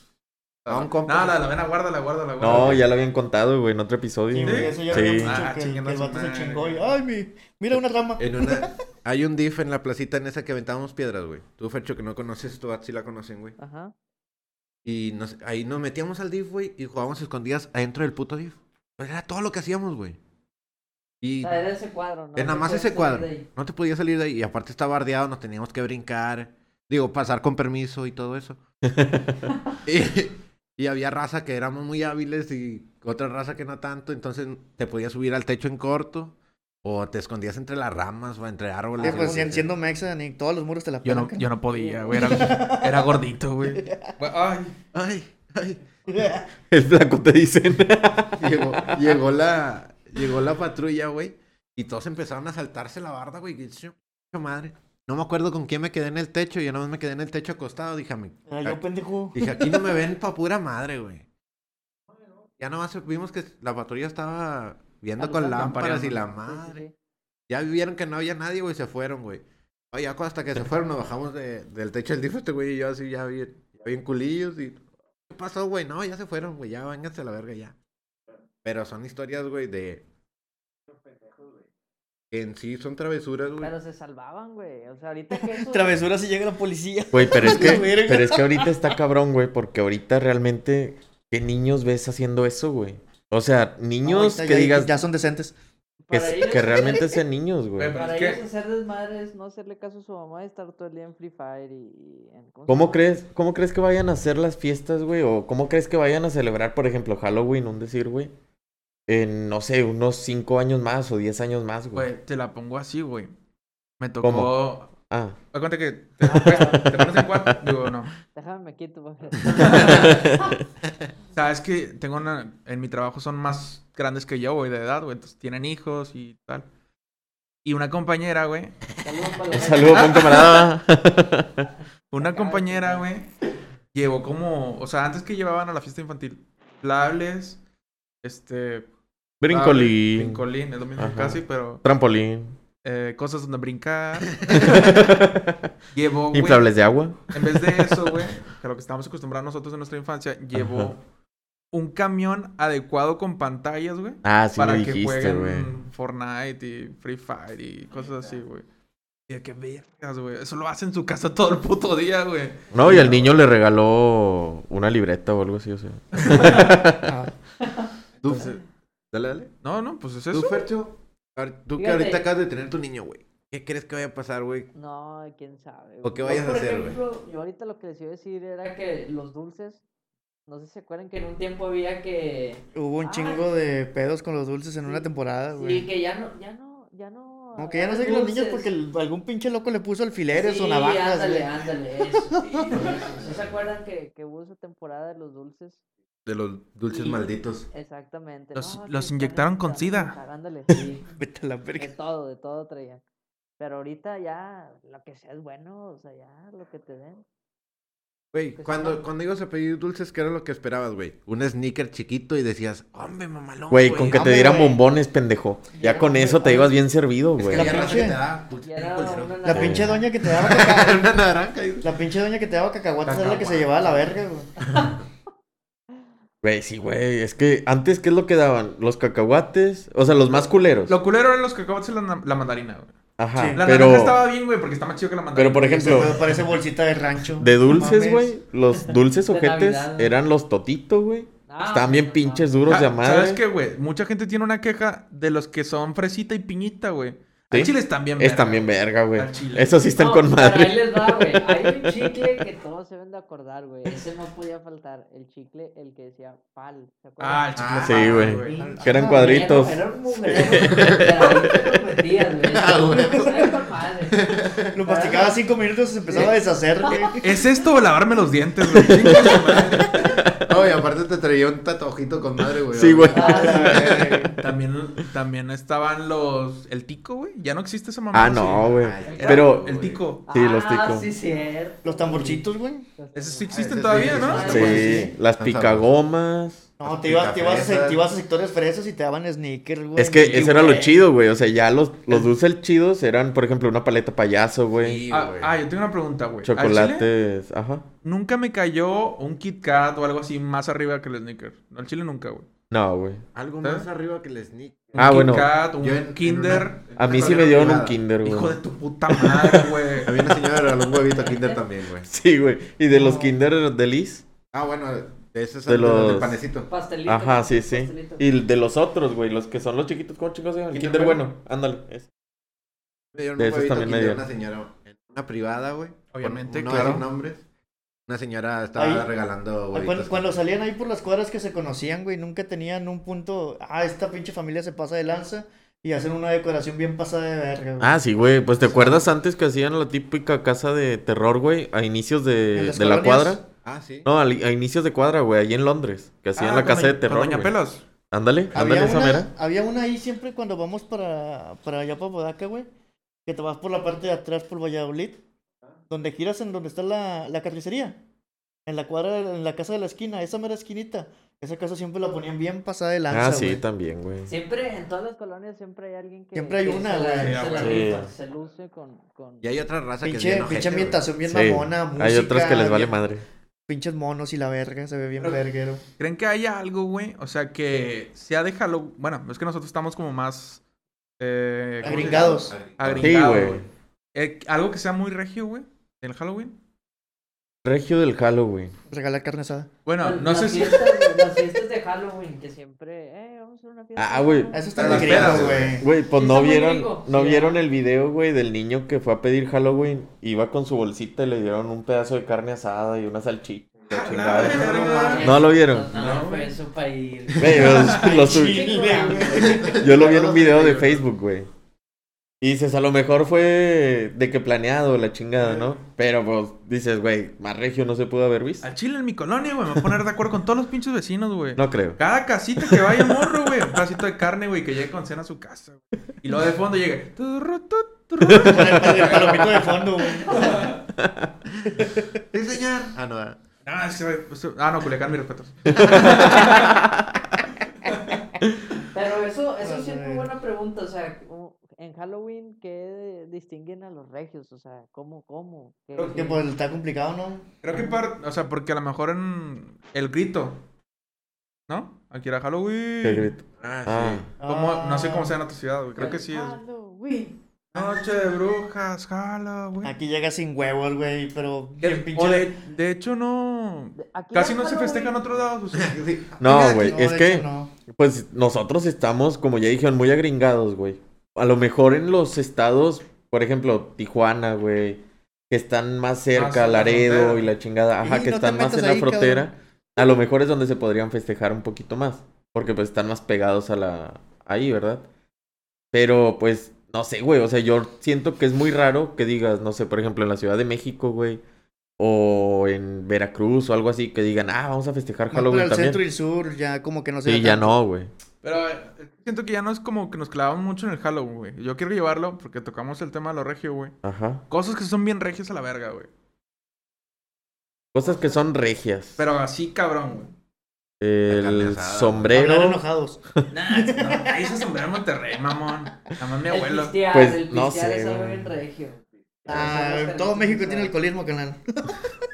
C: A un
B: No,
C: compa.
B: la de la Vena, guárdala, guárdala, guárdala.
A: No, ya lo habían contado, güey, en otro episodio.
D: Sí,
A: güey.
D: güey, eso ya
A: Sí.
D: habíamos dicho
B: Ah,
D: que,
B: chinguen
D: que
B: a
D: el
B: su
D: vato se
B: madre.
D: chingó y, ay, mi, mira una rama.
C: En una... Hay un diff en la placita en esa que aventábamos piedras, güey. Tú, Fercho, que no conoces, tú, Bat, sí la conocen, güey.
E: Ajá.
C: Y nos... ahí nos metíamos al diff, güey, y jugábamos escondidas adentro del puto diff. Pues era todo lo que hacíamos, güey.
E: O
C: Y
E: sea, era ese cuadro, ¿no?
C: era nada
E: No
C: más
E: podías
C: ese
E: salir
C: cuadro.
E: de ahí.
C: No te podías salir de ahí. Y aparte estaba bardeado, nos teníamos que brincar. Digo, pasar con permiso y todo eso. y, y había raza que éramos muy hábiles y otra raza que no tanto. Entonces te podías subir al techo en corto. O te escondías entre las ramas o entre árboles.
D: Sí, pues
C: o-
D: si- siendo mexa, ni todos los muros te la
B: Yo no,
D: pelan,
B: yo no podía, güey. Era, era gordito, güey. Ay,
C: Ay, ay.
D: cara.
A: El flaco te dicen.
C: llegó, llegó la llegó la patrulla, güey, y todos empezaron a saltarse la barda, güey, que chu- chu madre. No me acuerdo con quién me quedé en el techo, yo nomás me quedé en el techo acostado, dije, a mí-
E: Ah,
D: Era Ah, yo, pendejo.
C: dije, aquí no me ven pa pura madre, güey. Ya nomás vimos que la patrulla estaba viendo con
E: Alumbrando.
C: lámparas y la
E: Sí, sí,
C: madre.
E: sí.
C: Ya vieron que no había nadie, güey, se fueron, güey. Oye, hasta que se fueron, nos bajamos de- del techo del DIF, este güey y yo así ya bien, ya bien culillos y... ¿Qué pasó, güey? No, ya se fueron, güey, ya, vénganse a la verga, ya. Pero son historias, güey, de... Que en sí son travesuras, güey.
E: Pero se salvaban, güey. O sea, ahorita que eso...
D: Travesura si llega la policía.
A: Güey, pero es que,
D: La verga.
A: pero es que ahorita está cabrón, güey, porque ahorita realmente, ¿qué niños ves haciendo eso, güey? O sea, niños
D: Ahorita
A: que
D: ya-
A: digas
D: Ya son decentes.
A: que,
E: para
A: s-
E: ellos-
A: que realmente sean niños, güey.
B: Pero
E: Para
B: Pues es que-
E: ellos hacer desmadres, no hacerle caso a su mamá y estar todo el día en Free Fire y... y en- se
A: ¿Cómo
E: llama?
A: crees, ¿Cómo crees que vayan a hacer las fiestas, güey? ¿O cómo crees que vayan a celebrar, por ejemplo, Halloween, un decir, güey? En, no sé, unos 5 años más o 10 años más, güey.
B: güey, te la pongo así, güey. Me tocó.
A: ¿Cómo? Ah.
B: Da cuenta que te,
E: Ah,
B: te pones en cuatro. Digo, no.
E: Déjame, me quito. porque-
B: O sea, es que tengo una. En mi trabajo son más grandes que yo, güey, de edad, güey. Entonces tienen hijos y tal. Y una compañera, güey.
E: Saludos para
A: Un
E: los-
A: saludo, buen camarada.
B: Una
E: Acá,
B: compañera,
E: sí,
B: güey, llevó como, o sea, antes que llevaban a la fiesta infantil, plables, este...
A: Ah, Brincolín.
B: Brincolín, es lo mismo
A: Ajá.
B: casi, pero
A: Trampolín.
B: eh, cosas donde brincar. llevó, güey,
A: Inflables de agua.
B: en vez de eso, güey, que a lo que estábamos acostumbrados nosotros en nuestra infancia, llevó
A: Ajá.
B: un camión adecuado con pantallas, güey.
A: Ah, sí
B: para
A: me
B: que
A: dijiste,
B: jueguen
A: güey.
B: Fortnite y Free Fire y cosas así, güey. Y de que vergas, güey. Eso lo hace en su casa todo el puto día, güey.
A: No, y al niño le regaló una libreta o algo así, o sea.
C: Tú- Dale, dale.
B: No, no, pues es
C: Tú,
B: eso.
C: Fercho, ahor- tú que
E: Fíjate.
C: ahorita acabas de tener tu niño, güey. ¿Qué crees que vaya a pasar, güey?
E: No, quién sabe.
C: ¿O qué
E: güey.
C: vayas a
E: Por
C: hacer, güey?
E: ejemplo, Yo ahorita lo que les iba a decir era que los dulces, no sé si se acuerdan que en un tiempo había que...
D: Hubo un
E: Ay.
D: chingo de pedos con los dulces en
E: Sí,
D: una temporada, Ah, güey.
E: Sí, que ya no, ya no, ya no...
D: Como que ya no sé
E: hagan
D: qué los niños
E: dulces.
D: porque el- algún pinche loco le puso alfileres
E: Sí,
D: o navajas,
E: ándale,
D: güey.
E: ándale, eso, sí, eso. ¿Sí se acuerdan que, que hubo esa temporada de los dulces?
C: De los dulces
E: Sí. Pues
C: malditos.
E: Exactamente.
B: Los-
E: que
B: los
E: están
B: inyectaron con
E: infectados,
B: sida.
E: ah, Ándale, sí.
D: Vete a la
E: De
D: verga.
E: todo, de todo traían. Pero ahorita ya lo que sea es bueno, o sea, ya lo que te den.
C: Güey,
E: Pues,
C: cuando,
E: ¿no?
C: cuando ibas a pedir dulces, ¿qué era lo que esperabas, güey? Un sneaker chiquito y decías, "Ah, hombre, mamalón,
A: Güey, con que
B: Ah,
A: te
D: hombre,
A: dieran
D: güey.
A: bombones, pendejo. Ya con eso te ibas bien servido,
C: Es que
A: güey.
C: la
D: La
C: raza
D: pinche-
C: que te da, pues,
E: Y era
C: culero.
E: una
D: La
E: naranja.
D: pinche doña que te daba caca-
C: Una naranja. y-
D: La pinche doña que te daba cacahuates era la que se llevaba a la verga, güey.
A: Güey, sí, güey. Es que antes, ¿qué es lo que daban? Los cacahuates. O sea, los más culeros.
B: Lo culero eran los cacahuates y la, na- la mandarina, güey.
A: Ajá.
D: Sí.
B: La
A: Pero,
B: naranja estaba bien, güey, porque está más chido que la mandarina.
A: pero, por ejemplo,
D: Ese pedo parece bolsita de rancho.
A: de
D: No
A: dulces,
D: mames.
A: güey. Los dulces
E: De
A: ojetes
E: Navidad, güey.
A: eran los totitos, güey.
E: Ah,
A: Estaban bien
E: no,
A: pinches
E: no.
A: duros de
B: Ah, ¿Sabes
A: amar.
B: qué, güey? Mucha gente tiene una queja de los que son fresita y piñita, güey.
A: Sí.
B: Al chile están bien
A: Están bien
B: verga.
A: verga, güey.
B: Al chile.
A: Eso sí están
E: No,
A: con
E: pero Ahí
A: madre.
E: les va, güey. Hay un chicle que todos se deben de acordar, güey. Ese no podía faltar. El chicle, el que decía pal. ¿Se
B: Ah, el
E: acuerdan?
B: chicle.
C: Ah,
A: sí,
B: pal,
A: güey.
E: Pinche
A: Que eran
E: mugrero,
A: cuadritos.
E: Era un mugrero, güey, pero ahí te lo metías, güey.
C: Ah, güey.
E: Estaba con madre.
D: Lo masticaba cinco minutos y se empezaba a deshacer, güey.
B: ¿Es esto o lavarme los dientes, güey? Chinga su madre.
C: No, y aparte aparte te traía un tatuajito con madre, güey.
A: Sí, güey.
D: Ah, la verga.
B: También, también estaban los. El tico, güey. Ya no existe esa mamá.
A: Ah, no, güey.
B: Era
A: Pero-
B: El tico.
A: Sí, los
E: Ah,
A: tico.
E: sí, cierto.
D: Los tamborcitos, güey.
B: Esos sí existen
C: Ah, ese
B: todavía,
C: sí,
B: ¿no?
C: ese
A: Sí, las picagomas.
D: No, te ibas, te, ibas a,
C: Picafresas.
D: te ibas a sectores fresas y te daban sneakers, güey.
A: Es que
D: Milky
A: eso era lo
D: Way.
A: chido, güey. O sea, ya los, los dulces chidos eran, por ejemplo, una paleta payaso, güey.
C: Sí,
B: Ah,
C: güey.
B: ah, yo tengo una pregunta, güey. ¿Al chile
A: Chocolates, ajá.
B: Nunca me cayó un Kit Kat o algo así más arriba que el sneaker. No, al chile nunca, güey.
A: No, güey.
C: Algo
B: ¿Eh?
C: más arriba que el sneak.
B: Un
A: Ah,
B: Kit
A: bueno.
B: Kat, un
C: Yo en- en
B: Kinder.
C: una- en
A: A mí
C: una
A: sí me
C: escuela
A: dieron un
C: privada.
A: kinder,
B: Hijo
A: güey.
B: de tu puta madre, güey.
C: Había una señora que regaló un huevito Kinder también, güey.
A: Sí, güey. Y de los kinder de Liz.
C: Ah, bueno, de ese es
A: De
C: el
A: los-
C: del panecito.
E: Pastelito.
A: Ajá, sí, sí.
E: pastelito.
A: Y de los otros, güey. Los que son los chiquitos, ¿cómo chicos se llaman?
C: Kinder
A: Kinder
C: bueno.
A: bueno. Ándale. ese.
C: Me dieron
A: De
C: un
A: esos
C: huevito
A: también me
C: Kinder de
A: dieron.
C: una señora en una privada, güey. con-
B: Obviamente,
C: no
B: claro.
C: No nombres. Una señora estaba
D: Ahí-
C: regalando
D: Cuando-
C: huevitos.
D: Cuando, salían ahí por las cuadras que se conocían, güey, nunca tenían un punto. Ah, esta pinche familia se pasa de lanza y hacen una decoración bien pasada de verga, güey.
A: Ah, sí, güey. Pues te acuerdas antes que hacían la típica casa de terror, güey, a inicios de,
D: En las
A: de la
D: colonias.
A: cuadra.
C: Ah, sí.
A: No, al- a inicios de cuadra, güey, allí en Londres, que hacían
B: Ah,
A: la
B: con
A: casa de
B: doña-
A: terror.
B: Con Doña
A: güey.
B: Pelos.
A: Ándale,
D: Había
A: ándale esa
D: una,
A: mera.
D: había una ahí siempre cuando vamos para, para allá para Podaca, güey. Que te vas por la parte de atrás por Valladolid. Donde giras en donde está la, la carnicería. En la cuadra, en la casa de la esquina, esa mera esquinita. Esa casa siempre la ponían bien pasada de lanza,
A: Ah, sí,
D: güey.
A: también, güey.
E: Siempre, en todas las colonias siempre hay alguien que.
D: Siempre hay
E: que
D: una,
E: se la-
D: güey.
E: Se, la
A: Sí.
E: rifa, se luce con. con...
C: Y hay otra raza que es
D: Pinche,
C: bien
D: pinche
C: ojete, güey.
D: ambientación bien
A: Sí.
D: mamona, música.
A: Hay otros que les vale
D: bien-
A: madre.
D: Pinches monos y la verga, se ve bien
B: Pero-
D: verguero.
B: ¿Creen que haya algo, güey? O sea, que sea de Halloween. Bueno, es que nosotros estamos como más. Eh, ¿cómo se dice?
D: Agringados.
A: Sí,
B: Agringado,
A: güey.
B: güey. Eh, algo que sea muy regio, güey. Del Halloween.
A: Regio del Halloween.
D: Regalar carne asada.
B: Bueno,
E: Las-
B: no
E: las
B: sé si.
E: Fiestas, de- las fiestas de Halloween que siempre. Eh, vamos a hacer una fiesta.
A: Ah, güey.
D: Eso está
B: Pero
D: bien
B: las
D: gringo,
B: pedas,
D: güey.
A: Güey, pues
E: Sí,
A: no
E: está muy
A: vieron,
E: gringo.
A: no
E: Sí,
A: vieron
E: ya.
A: el video, güey, del niño que fue a pedir Halloween, iba con su bolsita y le dieron un pedazo de carne asada y una salchicha.
E: Ah,
A: la
B: la
A: chingada.
B: verga.
A: No lo vieron.
E: No,
B: No,
E: fue
B: güey.
E: eso para ir.
A: Güey, los- los sub-
E: Qué coraje.
A: Yo lo vi en un video de Facebook, güey. Y dices, a lo mejor fue de que planeado la chingada, ¿no? Pero pues dices, güey, más regio no se pudo haber visto.
B: Al chile en mi colonia, güey. Me voy a poner de acuerdo con todos los pinches vecinos, güey.
A: No creo.
B: Cada casita que vaya morro, güey. Un pedacito de carne, güey, que llegue con cena a su casa. güey. Y luego de fondo llega. turru, tu, turru.
D: Con el, con el palomito de fondo, güey.
C: Sí, señor. Ah, no. ah.
B: Ah, ese- ese- ah, no, Culiacán, mis respetos.
E: Pero eso, eso
D: Vale.
E: sí es muy buena pregunta. O sea, u- en Halloween, ¿qué distinguen a los regios? O sea, ¿cómo, cómo? ¿Qué-
D: Creo
E: qué-
D: que pues está complicado, ¿no?
B: Creo que par- O sea, porque a lo mejor en. El grito. ¿No? Aquí era Halloween.
A: Qué grito.
C: Ah,
A: Ah.
C: sí.
B: ¿Cómo? No sé
D: Ah,
B: cómo sea en otra ciudad, güey. Creo que sí es.
E: Halloween.
B: Noche de brujas, Halloween.
D: Aquí llega sin huevos, güey, pero bien
B: O
D: pinche.
B: de, de hecho, no.
E: De- aquí
B: Casi
E: hay
B: no se
E: Halloween.
B: festeja en otros lados. o sea.
C: Sí.
A: No,
C: Mira,
A: güey,
D: No,
A: es
D: de
A: que
D: hecho, no.
A: pues nosotros estamos, como ya dijeron, muy agringados, güey. A lo mejor en los estados, por ejemplo, Tijuana, güey, que están más cerca,
B: cerca de la
A: Laredo
B: frontera.
A: y la chingada, ajá,
D: Y
A: que
D: no te
A: están más
D: metas
A: en la
D: ahí,
A: frontera,
D: cabrón.
A: a lo mejor es donde se podrían festejar un poquito más, porque pues están más pegados a la ahí, ¿verdad? Pero pues no sé, güey, o sea, yo siento que es muy raro que digas, no sé, por ejemplo, en la Ciudad de México, güey, o en Veracruz o algo así que digan, "Ah, vamos a festejar
D: Más para
A: Halloween
D: el
A: también."
D: centro y el sur, ya como que no se
A: Sí,
D: da
A: ya
D: tanto.
A: no, güey.
B: Pero eh, siento que ya no es como que nos clavamos mucho en el Halloween, güey. Yo quiero llevarlo porque tocamos el tema de lo regio, güey.
A: Ajá.
B: Cosas que son bien regias a la verga, güey.
A: Cosas que son regias.
B: Pero así, cabrón, güey.
C: La carne
A: el
C: asada.
D: Hablar
A: sombrero.
D: enojados.
B: Nah, no, ahí se sombrero en Monterrey, mamón. Nada más mi
E: El
B: abuelo.
E: pistear,
A: Pues,
E: el
A: no
E: pistear
A: sé,
E: es algo
A: güey.
E: bien regio.
D: Ah, todo México tiene alcoholismo, canal.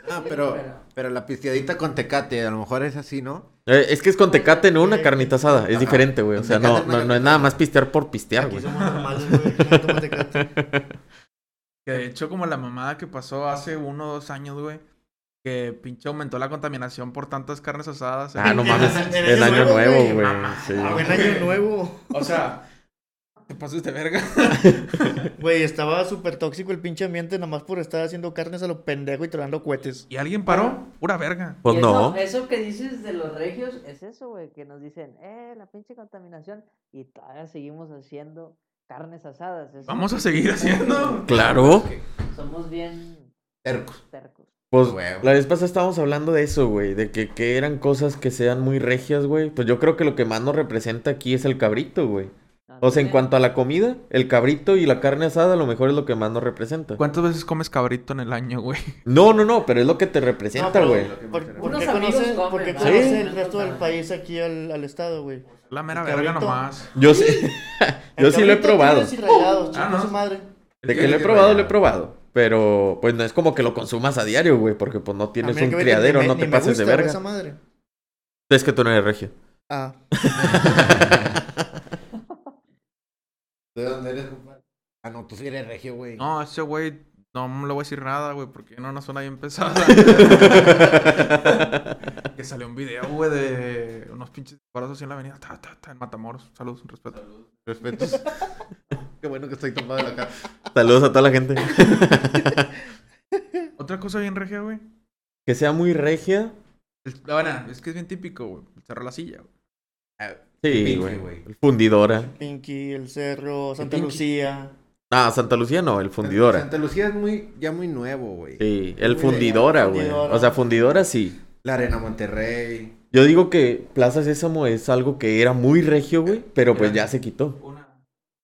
C: Ah, pero, pero la pisteadita con tecate, a lo mejor es así, ¿no?
A: Eh, es que es con tecate, no una carnita asada. Es
C: Ajá.
A: diferente, güey. O
C: Con
A: sea,
C: tecate
A: no,
C: es una
A: no, no es
C: carnita
A: nada
C: asada.
A: más pistear por pistear,
D: Aquí
A: güey.
D: somos normales, güey. que no tomas Tecate.
B: Que de hecho, como la mamada que pasó hace uno o dos años, güey. Que pinche aumentó la contaminación por tantas carnes asadas.
A: Ah, no
D: En-
A: mames.
D: en- en
A: El
D: Año
A: año
D: Nuevo,
A: nuevo,
D: güey.
A: güey.
B: Mamá.
A: Sí.
D: Ah, Buen año nuevo.
B: O sea, te pasas de verga.
D: Güey, estaba súper tóxico el pinche ambiente, nada más por estar haciendo carnes a lo pendejo y tirando cohetes.
B: ¿Y alguien paró? Pura verga.
A: Pues
E: Y
A: no.
E: Eso, eso que dices de los regios es eso, güey, que nos dicen, eh, la pinche contaminación, y todavía seguimos haciendo carnes asadas. eso-
B: Vamos a seguir haciendo.
A: Claro.
E: Somos bien
C: Tercos.
E: tercos.
A: Pues
C: Ah, huevo.
A: la vez pasada estábamos hablando de eso, güey, de que, que eran cosas que sean muy regias, güey. Pues yo creo que lo que más nos representa aquí es el cabrito, güey. O sea, en
E: Ándale.
A: cuanto a la comida, el cabrito y la carne asada a lo mejor es lo que más nos representa.
B: ¿Cuántas veces comes cabrito en el año, güey?
A: No, no, no, pero es lo que te representa,
D: pero-
A: güey.
D: ¿Por, por
E: Unos
D: qué
E: amigos
D: conoce,
E: comen,
D: por qué
E: ¿no?
D: conoce
A: Sí.
D: el resto del país aquí al, al estado, güey?
B: La mera
D: ¿El
B: verga
D: cabrito?
B: nomás.
A: Yo sí,
D: El
A: yo sí lo he
D: cabrito,
A: probado.
D: chiles y rayados, chinga
B: Ah, no.
D: su madre.
A: De que lo he probado, lo he probado. Pero, pues no es como que lo consumas a diario, güey, porque pues no
D: A
A: tienes
D: mí
A: un
D: que me-
A: criadero,
D: ni me-
A: no te
D: ni me
A: pases de
D: gusta, güey,
A: verga.
D: esa madre.
A: Es que tú no eres regio.
D: Ah,
C: ¿De dónde eres, compadre? Ah, no, tú sí eres regio, güey.
B: No, ese güey, no, no le voy a decir nada, güey, porque no, no suena bien pesada. que salió un video, güey, de unos pinches disparos así en la avenida. Ta, ta, ta, en Matamoros. Saludos, un respeto.
C: Respetos. Qué bueno que estoy tomado de la cara.
A: Saludos a toda la gente.
B: Otra cosa bien regia, güey.
A: Que sea muy regia.
B: El- La buena, es que es bien típico, güey. el Cerrar la silla, güey.
A: Sí,
C: Ah, Pinky,
A: güey.
C: güey.
A: Fundidora.
D: Pinky, El Cerro, Santa
C: Pinky.
D: Lucía.
A: Ah, Santa Lucía no, el fundidora.
C: Santa Lucía es muy, ya muy nuevo, güey.
A: Sí, el
D: Muy
A: fundidora,
D: bien,
A: güey.
D: fundidora.
A: O sea, fundidora sí.
C: La Arena Monterrey.
A: Yo digo que Plaza Sésamo es algo que era muy regio, güey, pero pues ya
B: Era-
A: se quitó.
B: Una,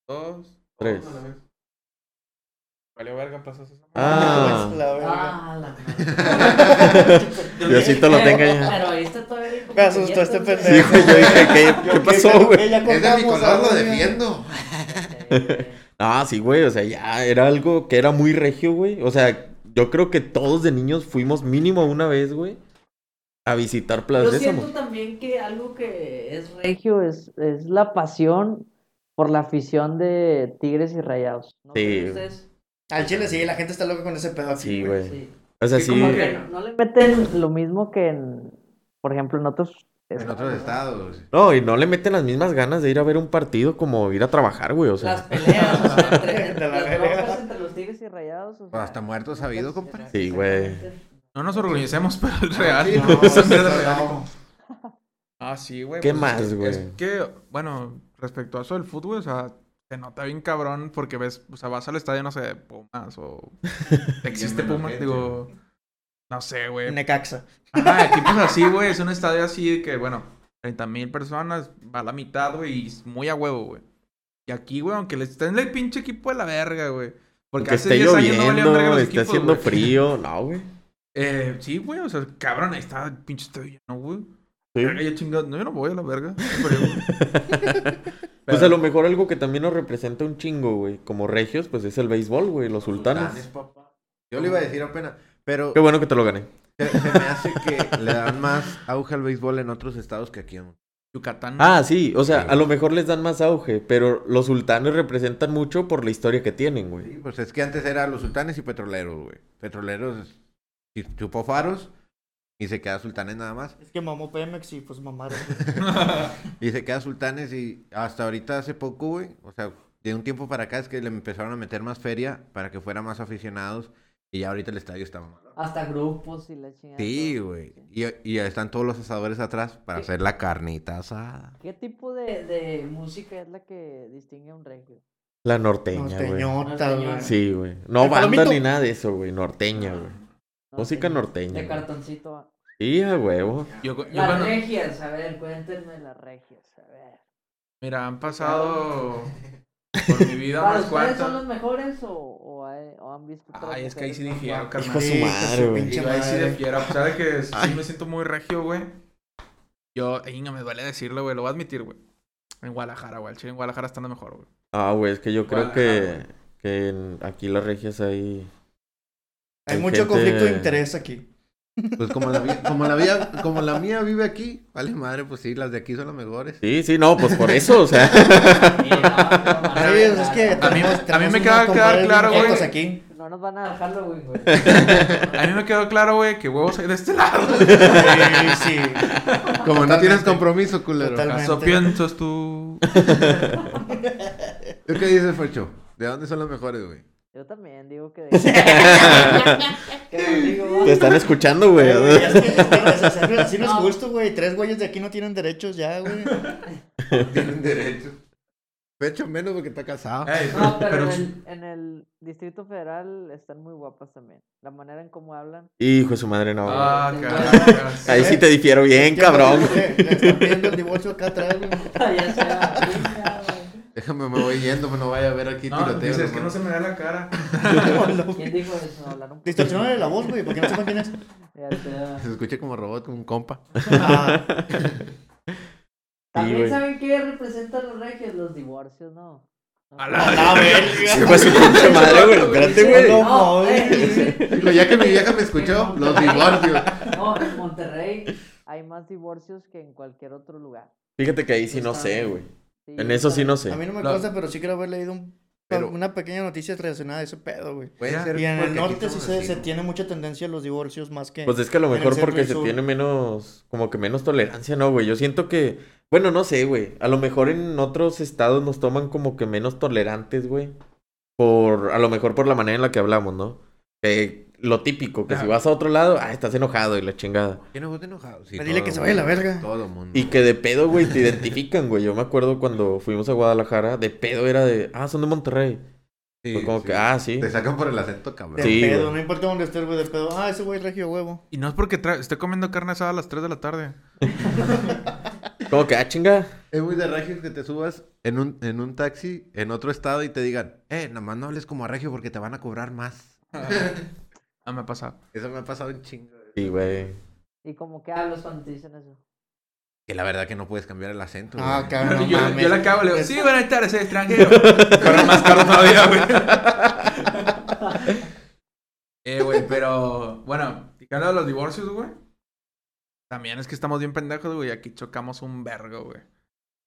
B: dos,
A: Tres.
B: dos a la vez. Valió verga, pasas esa.
A: Ah.
D: La verga.
E: Ah, la madre.
A: Diosito lo tenga ya.
E: Pero viste todavía.
D: Me asustó este pendejo.
A: Sí, güey, yo dije, ¿qué,
D: Yo
A: qué
D: que-
A: pasó, güey?
D: que ya
C: Es de mi
D: colgamos a
C: color,
D: la
C: lo
D: verga.
C: defiendo.
A: Ah, sí, güey, o sea, ya era algo que era muy regio, güey. O sea, yo creo que todos de niños fuimos mínimo una vez, güey, a visitar Plaza
E: Yo
A: Sésamo.
E: siento también que algo que es regio es, es la pasión por la afición de Tigres y Rayados. ¿No
A: Sí,
E: creen
A: güey.
E: ustedes? pues,
D: Al chile sí, la gente está loca con ese pedo aquí.
A: Sí, güey.
E: Sí.
A: O sea,
B: Sí,
A: sí.
B: como
E: Como que no, no le meten lo mismo que en, por ejemplo, en otros.
C: En otros estados. güey.
A: No, y no le meten las mismas ganas de ir a ver un partido como ir a trabajar, güey, o
E: Las
A: sea.
E: peleas, o sea, entre,
D: De la
E: las
D: verga.
E: broncas entre los Tigres y Rayados. O sea,
C: Hasta muerto sabido, compadre.
A: Sí, güey.
B: No nos organizemos, pero es real.
C: Sí,
B: Ah, ¿no? Esa mierda es
C: no.
B: real. Ah, sí, güey.
A: ¿Qué
B: pues,
A: más,
B: es que-
A: güey?
B: Es que, bueno, respecto a eso del fútbol, o sea, se nota bien cabrón porque ves, o sea, vas al estadio, no sé, de Pumas o... Existe
C: Bien menos
B: Pumas,
C: gente.
B: digo... No sé, güey.
D: Necaxa.
B: Ajá, equipos así, güey. Es un estadio así de que, bueno, 30 mil personas, va a la mitad, güey, y es muy a huebo, güey. Y aquí, güey, aunque le estén el pinche equipo de la verga, güey.
A: Porque
B: Porque hace
A: esté
B: 10 años no valían
A: lloviendo,
B: verga los
A: esté
B: equipos,
A: haciendo
B: güey.
A: frío, no, güey.
B: Eh, sí, güey, o sea, cabrón, ahí está el pinche estadio lleno, güey. Verga, yo chingado, no, yo no voy a la verga. Pero,
A: Pues a lo mejor algo que también nos representa un chingo, güey, como regios, pues es el béisbol, güey, los
C: Sultanes,
A: sultanes.
C: papá. Yo le iba a decir apenas, pero
A: Qué bueno que te lo gané.
C: se, se me hace que le dan más auge al béisbol en otros estados que aquí. en-
B: Yucatán.
A: Ah, sí, o sea,
C: Sí,
A: a
C: güey.
A: lo mejor les dan más auge, pero los sultanes representan mucho por la historia que tienen, güey.
C: Sí, pues es que antes eran los sultanes y petroleros, güey. Petroleros y chupó faros y se queda sultanes nada más.
D: Es que mamó Pemex y pues mamaron.
C: Y se queda sultanes y hasta ahorita hace poco, güey. O sea, de un tiempo para acá es que le empezaron a meter más feria para que fueran más aficionados y ya ahorita el estadio está malo.
E: Hasta grupos y la chingada.
C: Sí,
E: todo.
C: güey. Y, y ya están todos los asadores atrás para
E: Sí.
C: hacer la carnita asada.
E: ¿Qué tipo de, de música es la que distingue a un regio?
A: La norteña, güey.
D: Norteñota, güey.
A: Sí, güey. No
D: El
A: banda
D: palomito.
A: ni nada de eso, güey. Norteña, güey. Música norteña.
E: De
A: güey.
E: cartoncito.
A: Sí, a huevo.
B: Yo, yo
E: Las
B: cuando-
E: regias, a ver, cuéntenme las regias, a ver.
B: mira, han pasado por mi vida
E: ¿Para
B: unas
E: ustedes son
B: cuantas.
E: los mejores o, o, hay- o han visto otras
B: Ay, es que ahí sí
E: mujeres más
B: difiero,
E: guapas?
A: Hijo
B: carnal.
A: de su
D: Sí,
A: madre, güey.
D: pinche
B: Digo, ahí sí de
D: madre.
B: fiera, a pesar de que sí me siento muy regio, güey. Yo, ay, no me duele decirlo, güey, lo voy a admitir, güey. En Guadalajara, güey, el chile en Guadalajara está lo mejor, güey.
A: Ah, güey, es que yo creo que,
B: Guadalajara,
A: que en- aquí las regias hay.
D: Hay
A: Hay
D: mucho
A: gente-
D: conflicto de interés aquí.
C: Pues como la, vi- como la, vida- como la mía vive aquí, vale madre, pues sí, las de aquí son las mejores.
A: Sí, sí, no, pues por eso, o sea.
E: Sí, no,
B: ah,
E: no, no,
D: Sí,
E: no,
D: pues, es que
E: no,
B: A mí-
D: tenemos-
B: a mí
D: tenemos
B: me queda-
D: unos
B: queda
D: compadres
B: claro,
D: bien
B: güey.
D: locos aquí.
E: No nos van a dejar Halloween, güey.
B: A mí me quedó claro, güey, que huevos hay de este lado.
D: Sí, sí.
C: Como no tienes
D: Totalmente.
C: compromiso, culero.
D: Total-
B: ¿Acaso
D: Totalmente.
B: piensas tú?
C: ¿Tú qué dices, Fercho? ¿De dónde son las mejores, güey?
E: Yo también digo que... que digo,
A: Te están escuchando, güey.
D: Güey, es que- es que así- Así no es justo, güey. Tres güeyes de aquí no tienen derechos ya, güey.
C: Tienen derecho. Pecho menos porque está casado.
B: Ey,
E: No, pero,
B: pero-
E: en, el, en el Distrito Federal están muy guapas también. La manera en cómo hablan.
A: Hijo de su madre, no.
B: Ah, caracas.
A: Ahí sí te difiero bien, cabrón.
D: Le, le están pidiendo el divorcio acá atrás, güey.
E: Ya sea, venga, güey.
C: Déjame, me voy yendo, no vaya a ver aquí
B: No,
C: tiroteo.
B: dices que no
C: nomás.
B: se me da la cara.
E: ¿Quién dijo eso? Hablaron.
D: Distorsionándole la voz, güey, porque no sepan quién es.
E: Ya sea.
C: Se escucha como robot, como un compa.
D: Ah,
E: También
A: güey.
E: saben qué representan los regios, los divorcios, ¿no?
B: A
D: a
B: la-
D: Ah, la
A: Se
D: verga.
A: fue su pinche madre, güey. Espérate, güey.
E: No,
D: güey.
E: eh,
C: Digo, ya que mi vieja me escuchó, los divorcios.
E: No, en Monterrey hay más divorcios que en cualquier otro lugar.
A: Fíjate que ahí sí no sé, güey.
E: Sí,
A: En eso sí no
D: A mí
A: sé.
D: no me
B: No.
D: consta, pero sí quiero haber leído un-
C: Pero-
D: una pequeña noticia relacionada a ese pedo, güey.
C: Puede
B: Ya.
C: ser
D: Y en el
C: porque aquí
D: norte sí
C: somos
D: se,
C: así,
D: se
C: ¿no?
D: tiene mucha tendencia a los divorcios más que...
A: Pues es que a lo
D: En el
A: mejor
D: centro
A: porque
D: y
A: se
D: sur.
A: tiene menos, como que menos tolerancia, ¿no, güey? Yo siento que, bueno, no sé, güey. A lo mejor en otros estados nos toman como que menos tolerantes, güey. Por, a lo mejor por la manera en la que hablamos, ¿no? Eh, lo típico, que si
C: Claro.
A: vas a otro lado, ah, estás enojado y la chingada.
C: ¿Quién no vota enojado? Sí,
D: Me Pues dile
C: todo
D: que se vaya a la
C: mundo,
D: verga.
C: Todo mundo.
A: Y que de pedo, güey, te identifican, güey. Yo me acuerdo cuando fuimos a Guadalajara, de pedo era de, ah, son de Monterrey.
C: Sí,
A: Fue como
C: sí.
A: que, ah, sí.
C: Te sacan por el acento, cabrón.
D: De
A: Sí,
D: pedo,
A: güey.
D: no importa dónde estés, güey, de pedo. Ah, ese güey es regio huevo.
B: Y no es porque tra- esté comiendo carne asada a las 3 de la tarde.
A: Como que, ah, chinga.
C: Es muy de regio que te subas en un, en un taxi en otro estado y te digan, eh, nomás no hables como a regio porque te van a cobrar más.
B: Ah, me ha pasado.
C: Eso me ha pasado un chingo.
A: Sí, güey.
E: Y como que ah, hablas cuando te dicen eso.
C: Que la verdad que no puedes cambiar el acento.
D: Ah,
C: güey.
D: cabrón, no
B: yo,
D: mames.
B: yo le acabo, le digo, sí, buenas tardes, soy extranjero. Pero más caro todavía, güey. Eh, güey, pero bueno, y que hablo de los divorcios, güey. También es que estamos bien pendejos, güey. Aquí chocamos un vergo, güey.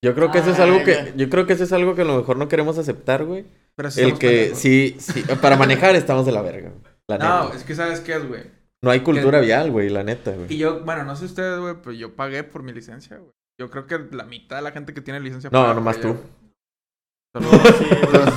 A: Yo creo que eso es
D: Ay,
A: algo que,
D: güey.
A: yo creo que eso es algo que a lo mejor no queremos aceptar, güey.
B: Pero sí
A: El
B: estamos
A: que,
B: pendejos.
A: sí, sí, para manejar estamos de la verga. güey. La neta.
B: No, es que sabes qué es, güey.
A: No hay cultura vial, güey, la neta,
B: Y
A: güey.
B: yo, bueno, no sé ustedes, güey, pero yo pagué por mi licencia, güey. Yo creo que la mitad de la gente que tiene licencia.
A: No,
B: paga
A: nomás
B: por ella,
A: tú.
B: güey.
D: No,
B: Solo-
D: sí,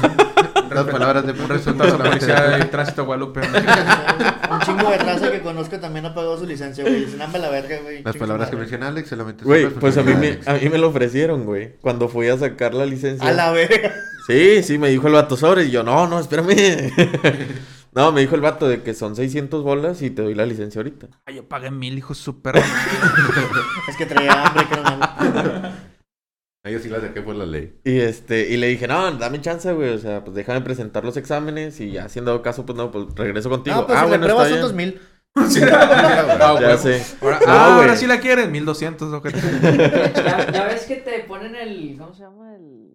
C: Dos palabras de
B: Un
C: puto
B: respeto a la policía de tránsito Guadalupe.
D: Un chingo de raza que conozco también ha pagado su licencia, güey. Dicen, "Dame la verga, güey.
C: Las
D: Chingue
C: palabras
D: su
C: que
D: madre.
C: menciona Alex solamente son
A: Güey, pues a mí, me,
C: responsabilidad
A: a
C: de
A: mí me lo ofrecieron, güey. Cuando fui a sacar la licencia.
D: A la verga.
A: Sí, sí, me dijo el vato sobre. Y yo, no, no, espérame. no, me dijo el vato de que son 600 bolas y te doy la licencia ahorita.
B: Ay, Ah, Yo pagué mil hijos súper.
D: Es que traía hambre, carnal.
C: Alex. Yo sí la saqué por la ley.
A: Y este, y le dije, no, dame chance, güey. O sea, pues déjame presentar los exámenes y ya, si han dado caso, pues no, pues regreso contigo.
D: Ah, pues
A: ah,
D: si
A: bueno,
D: la prueba
A: está
D: son
A: bien.
D: 2000.
B: Ah,
A: Ya
B: güey.
A: sé.
B: Ahora,
A: No,
B: ah, ahora
A: güey.
B: sí la quieren, 1200, ojete.
E: Ya, ya ves que te ponen el. ¿Cómo se llama? El,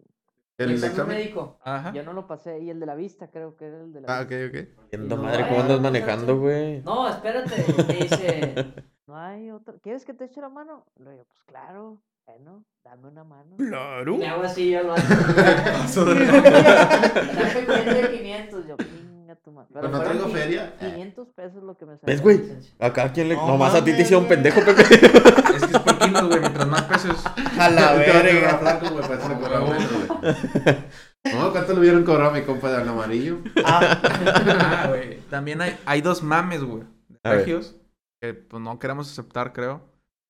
C: ¿El
D: Pues,
E: examen
C: examen?
E: médico.
B: Ajá.
E: Yo no lo pasé. Y el de la vista, creo que era el de la
C: Ah,
E: vista.
C: ok, ok.
A: Viendo
E: No,
A: madre,
E: eh,
A: ¿cómo andas
E: no,
A: manejando,
E: no.
A: güey?
E: No, espérate. Te dice. No hay otro. ¿Quieres que te eche la mano? Le digo, pues claro. Bueno, dame una mano.
D: Claro.
E: Le hago así, yo lo hago.
B: Paso de
E: Dame 500 de 500. Yo, pinga tu madre. Pero
C: Pues no
E: fueron
C: traigo
E: qui-
C: feria.
E: 500 pesos lo que me salió.
A: ¿Ves,
E: la
A: güey?
E: licencia.
A: Acá a quién le.
D: No
A: Nomás a ti te
D: mames,
A: hicieron
D: güey.
A: pendejo, Pepe.
B: Es que es por kilos, güey. Mientras más pesos.
D: A la verga.
C: Flaco, güey, para eso le
B: Ah,
C: cobraba
B: güey.
C: menos, güey. No, ¿cuánto le hubieran cobrado a mi compa de amarillo?
D: Ah,
B: Ah, güey. También hay, hay dos mames, güey. de
A: A ver.
B: Regios. Que pues no queremos aceptar, creo.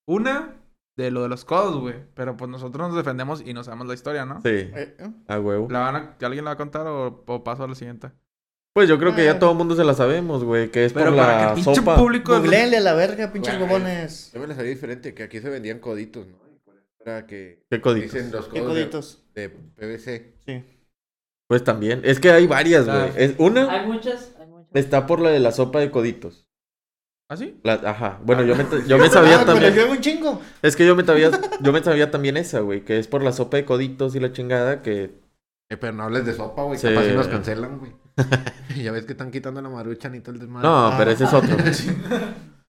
B: Una, de lo de los codos, güey. Pero pues nosotros nos defendemos y nos sabemos la historia, ¿no?
A: Sí,
D: eh, eh.
A: a huevo.
B: ¿La van a, ¿Alguien la va a contar o, o paso a la siguiente?
A: Pues yo creo que ya
D: Ah.
A: todo el mundo se la sabemos, güey, que es
B: Pero
A: por
B: para que
A: la
B: el pinche
A: sopa.
B: público.
D: Googleenle a la verga, pinches
C: Güey.
D: bobones.
C: Yo me la sabía diferente, que aquí se vendían coditos, ¿no? Y por eso Era que
A: ¿Qué coditos?
C: dicen los
D: ¿Qué
C: codos de-
D: coditos?
C: de, PVC.
D: Sí.
A: Pues también. Es que hay varias,
B: Ah.
A: güey. Es una
E: Hay muchas. Hay muchas.
A: está por la de la sopa de coditos.
B: ¿Ah, sí?
A: La- ajá. Bueno, yo me, yo me sabía
D: ah, pero yo
A: también.
D: hago un chingo.
A: Es que yo me sabía, yo me sabía también esa, güey, que es por la sopa de coditos y la chingada que
C: Eh, pero no hables de sopa, güey.
A: Sí.
C: Capaz si nos cancelan, güey. ya ves que están quitando la maruchan y todo el desmadre.
A: No,
D: Ah.
A: pero ese es otro.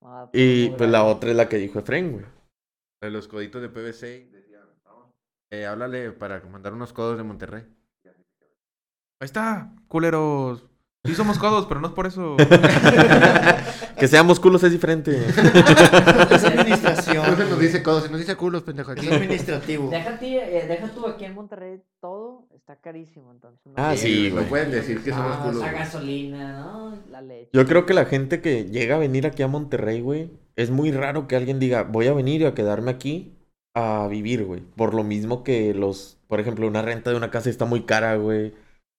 E: Ah, pues,
A: Y
E: muy
A: pues la
E: grande.
A: otra es la que dijo Efren, güey.
C: De los coditos de PVC. y decían, "No, Eh, háblale para mandar unos codos de Monterrey.
B: Ahí está, culeros. Sí somos codos, pero no es por eso.
A: Que seamos culos es diferente.
D: Es
C: No se nos
D: administración.
C: dice codos, se nos dice culos, pendejo. Aquí.
D: Es administrativo.
E: Deja, ti- eh, deja tú aquí en Monterrey todo está carísimo, entonces. ¿no?
A: Ah, sí,
C: no
A: güey.
C: pueden decir que somos
E: Ah,
C: culos.
E: La
C: güey.
E: gasolina, ¿no? La leche.
A: Yo creo que la gente que llega a venir aquí a Monterrey, güey, es muy raro que alguien diga, voy a venir y a quedarme aquí a vivir, güey. Por lo mismo que los, por ejemplo, una renta de una casa está muy cara, güey.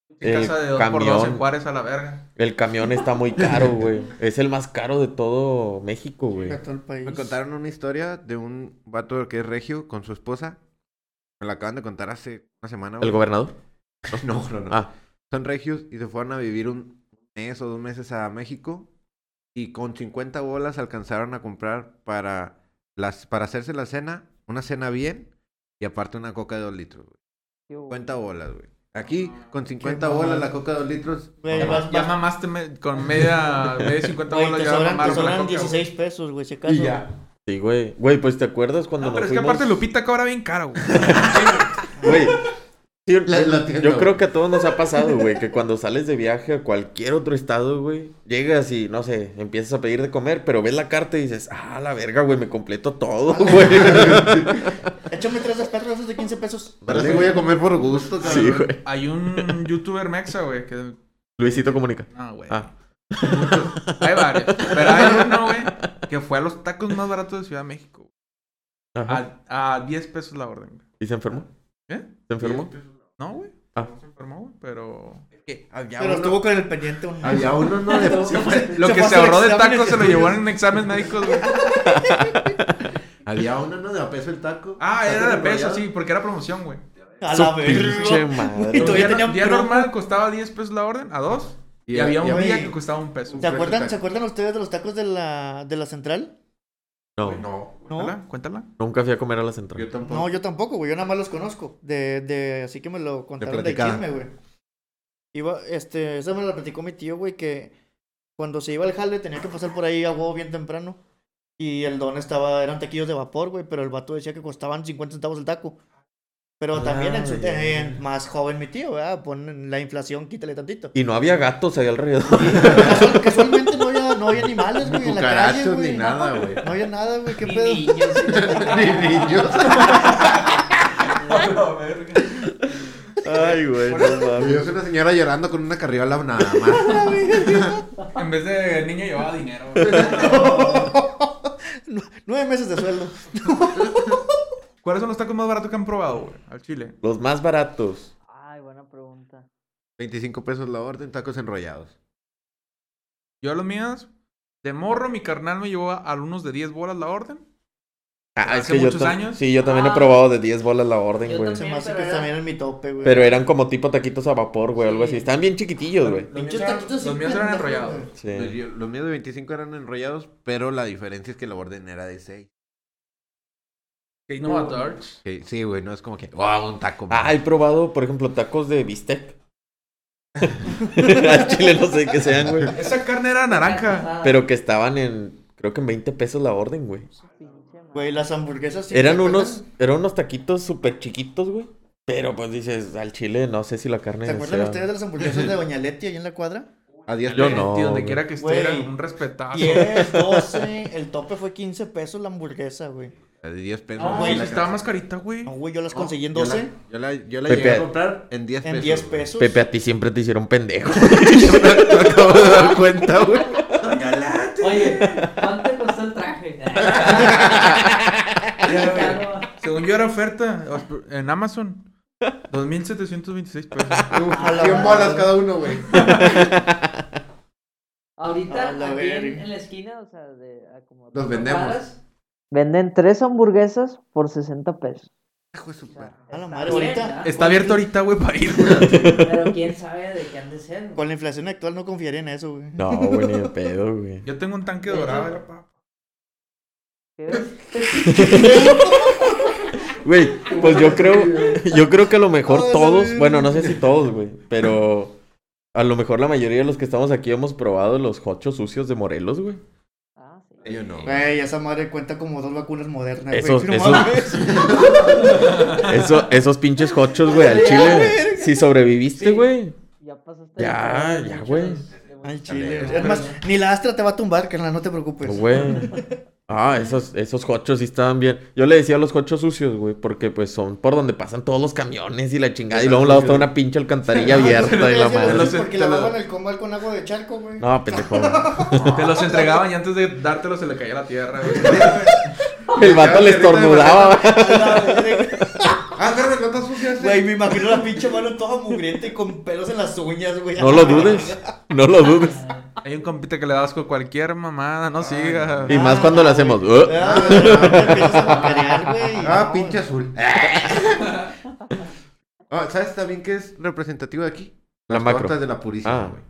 B: Pinche
A: El
B: casa de dos por dos en
A: camión.
B: Juárez a la verga.
A: El camión está muy caro, güey. Es el más caro de todo México, güey.
D: a todo el país.
C: Me contaron una historia de un vato que es regio con su esposa. Me la acaban de contar hace una semana.
A: ¿El
C: güey.
A: gobernador?
C: No, no, no.
A: Ah,
C: Son regios y se fueron a vivir un mes o dos meses a México. Y con 50 bolas alcanzaron a comprar para, las, para hacerse la cena, una cena bien y aparte una coca de dos litros. güey. 50 bolas, güey. Aquí, con 50 bolas, la coca de dos litros.
D: Güey,
C: no,
D: vas-
B: Ya
D: vas-
B: mamaste me- con media, media 50
D: Güey,
B: bolas
D: te
B: ya
D: sobran, te
B: mamaron con la
D: sobran
B: coca, güey.
D: 16 pesos, güey, si acaso.
B: Y ya.
A: sí, güey. Güey, pues ¿te acuerdas cuando
B: No, Ah, pero
A: nos
B: es que aparte
A: fuimos?
B: Lupita cobra bien caro, güey.
A: Güey. sí,
C: La- la tienda,
A: yo creo
C: güey.
A: que a todos nos ha pasado, güey, que cuando sales de viaje a cualquier otro estado, güey, llegas y, no sé, empiezas a pedir de comer, pero ves la carta y dices, ah, la verga, güey, me completo todo, güey.
D: Échame tres de cuatro de 15 pesos.
C: Ahora sí
A: Vale.
C: voy a comer por gusto, cabrón.
A: Sí, güey.
B: Hay un youtuber mexa, güey, que...
A: Luisito comunica.
B: No, güey.
A: Ah.
B: Hay varios. Pero hay uno, güey, que fue a los tacos más baratos de Ciudad de México. güey.
A: Ajá.
B: Ah. A, a 10 pesos la orden, güey.
A: ¿Y se enfermó?
B: ¿Eh?
A: ¿Se enfermó?
B: No, güey.
A: Ah.
B: No se enfermó, güey, pero...
C: Había
D: Pero
C: uno-
D: estuvo con el pendiente un mes.
C: Había uno, ¿no? De-
D: Se fue-
B: Lo que se
D: fue a hacer
B: ahorró de
D: exámenes
B: tacos se lo
D: estudios.
B: llevó en exámenes médicos, güey.
C: Había uno, ¿no? De a peso el taco.
B: Ah,
C: Taco
B: era de peso,
C: enrollado.
B: sí, porque era promoción, güey.
D: A
A: Su
D: la
A: pinche
D: verga.
A: madre.
D: Y
B: Un día,
D: todavía tenían
B: día
D: promo.
B: normal costaba 10 pesos la orden, a dos. Y, había un día que costaba un peso.
D: ¿Se acuerdan,
C: Taco.
D: ¿Se acuerdan ustedes de los tacos de la, de la central?
A: No,
C: No,
D: No.
B: ¿Cuéntala? ¿Cuéntala?
A: nunca fui a comer a la central.
C: yo tampoco.
D: No, yo tampoco, güey. Yo nada más los conozco. De, de, así que me lo contaron de,
C: platicada.
D: chisme, güey. Iba, este, esa me la platicó mi tío, güey, que cuando se iba al jale tenía que pasar por ahí a huevo bien temprano. Y el don estaba, eran taquillos de vapor, güey, pero el vato decía que costaban 50 centavos el taco. Pero también
C: Ah,
D: en su,
A: Ay, ay,
D: en- más joven mi tío, ¿verdad? Pon la inflación, quítale tantito.
A: Y no había gatos ahí alrededor.
D: Casual- casualmente no había, no había animales,
C: Ni
D: güey, en la calle,
C: cucarachos,
D: güey.
C: ni nada, güey.
D: No había nada, güey, qué
E: Ni
D: pedo.
E: niños.
C: Ni niños.
A: Ay, güey, no
C: Yo soy una señora llorando con una carriola nada más.
B: En vez de niño llevaba dinero.
D: Nue- Nueve meses de sueldo.
B: ¿Cuáles son los tacos más baratos que han probado, güey? Al chile.
A: Los más baratos.
E: Ay, buena pregunta.
C: 25 pesos la orden, tacos enrollados.
B: Yo los míos, de morro, mi carnal me llevó a, a unos de 10 bolas la orden.
A: Ah,
B: Hace
A: yo
B: muchos
A: tam-
B: años.
A: Sí, yo también he
E: Ah.
A: probado de 10 bolas la orden,
E: Yo
A: güey.
E: también.
D: Se me hace
E: pero
D: que
E: era-
D: también en mi tope, güey.
A: Pero eran como tipo taquitos a vapor, güey, algo
D: Sí.
A: así. Estaban bien chiquitillos, güey.
B: Los míos eran- los míos eran enrollados.
C: Pues
A: Sí.
C: yo- los míos de 25 eran enrollados, pero la diferencia es que la orden era de 6.
B: Que innovador.
C: Sí, sí, güey, no es como que, wow, un taco. man".
A: Ah, he probado, por ejemplo, tacos de bistec. Al chile no sé qué sean, güey.
B: Esa carne era naranja.
A: Pero que estaban en, creo que en 20 pesos la orden, güey.
D: Güey, las hamburguesas sí
A: Eran
D: te
A: unos,
D: acuerdas-
A: eran unos taquitos súper chiquitos, güey. Pero pues dices, al chile no sé si la carne
D: ¿Se acuerdan
A: sea-
D: ustedes de las hamburguesas de Doña Leti ahí en la cuadra?
C: A 10
A: Yo
C: pesos.
A: no.
B: Y este, donde
A: güey.
B: quiera que esté,
D: Güey.
B: era un
A: Ah,
B: respetazo.
D: 10, 12, el tope fue 15 pesos la hamburguesa, güey.
C: A 10 pesos.
B: No,
D: Ah,
B: güey,
C: la
B: estaba
C: casa.
B: más carita, güey.
D: No, güey, yo las conseguí en
C: Yo
D: 12,
C: la- Yo la, yo la,
A: Pepe.
C: llegué a comprar en 10 pesos.
D: en 10
C: güey.
D: pesos.
A: Pepe, a ti siempre te hicieron pendejo.
C: Me acabo de dar cuenta, güey.
E: Oye, ¿cuánto costó el traje?
B: Según yo era oferta en Amazon. 2.726 pesos.
D: A la
C: 100 bolas
D: madre.
C: cada uno, güey.
E: Ahorita
D: A la
E: aquí en,
D: verga.
E: en la esquina, o sea, de, a como
C: Ah, Los
E: tú
C: vendemos.
E: paras, Venden tres hamburguesas por 60 pesos.
C: Hijo de su perra.
D: A la
E: Está
D: madre,
E: bien,
D: ahorita-
E: ¿verdad?
B: Está abierto ahorita, güey, para ir. güey.
E: Pero quién sabe de qué han de ser. güey.
D: Con la inflación actual no confiaría en eso, güey.
A: No, güey, ni de pedo, güey.
B: Yo tengo un tanque dorado. era pa-
E: ¿Qué ves?
A: Güey, pues yo creo, yo creo que a lo mejor
D: Ay, la
A: todos,
D: verga.
A: bueno, no sé si todos, güey, pero a lo mejor la mayoría de los que estamos aquí hemos probado los jochos sucios de Morelos, güey.
E: Ah, sí.
C: Yo no.
D: Güey, esa madre cuenta como dos vacunas modernas, güey.
A: Esos-
D: No
A: esos-
D: mames.
A: Eso, esos pinches jochos, güey, al chile. Si sobreviviste,
E: Sí.
A: güey.
E: Ya pasaste.
A: Ya,
E: de-
A: ya,
E: de
A: güey.
E: muchos- de
D: Ay,
E: muchos-
D: chile.
C: Pero-
D: Es más, ni la Astra te va a tumbar, carnal, no te preocupes.
A: Güey. Ah, esos, esos jochos sí estaban bien. Yo le decía a los jochos sucios, güey, porque pues son por donde pasan todos los camiones y la chingada. Y luego a un lado está una pinche alcantarilla abierta y la madre.
D: Sí, Porque
B: Te lo-
D: lavaban el comal con agua de charco, güey.
A: No, pendejo.
B: Te los entregaban y antes de dártelos se le caía la tierra, güey.
A: El vato le estornudaba.
C: Ah, pero no estás sucia este.
D: Güey, me imagino la pinche mano toda mugriente y con pelos en las uñas, güey.
A: No lo dudes. No lo dudes.
B: Hay un compita que le da asco a cualquier mamada, no siga.
A: Y más cuando lo hacemos. "Uh".
D: Ah, güey, empiezas a macarear, güey.
C: Ah,
D: No,
C: pinche azul. Ah, ¿Sabes también qué es representativo de aquí?
A: La
C: Las
A: macro.
C: tortas de la purísima,
A: Ah.
C: güey.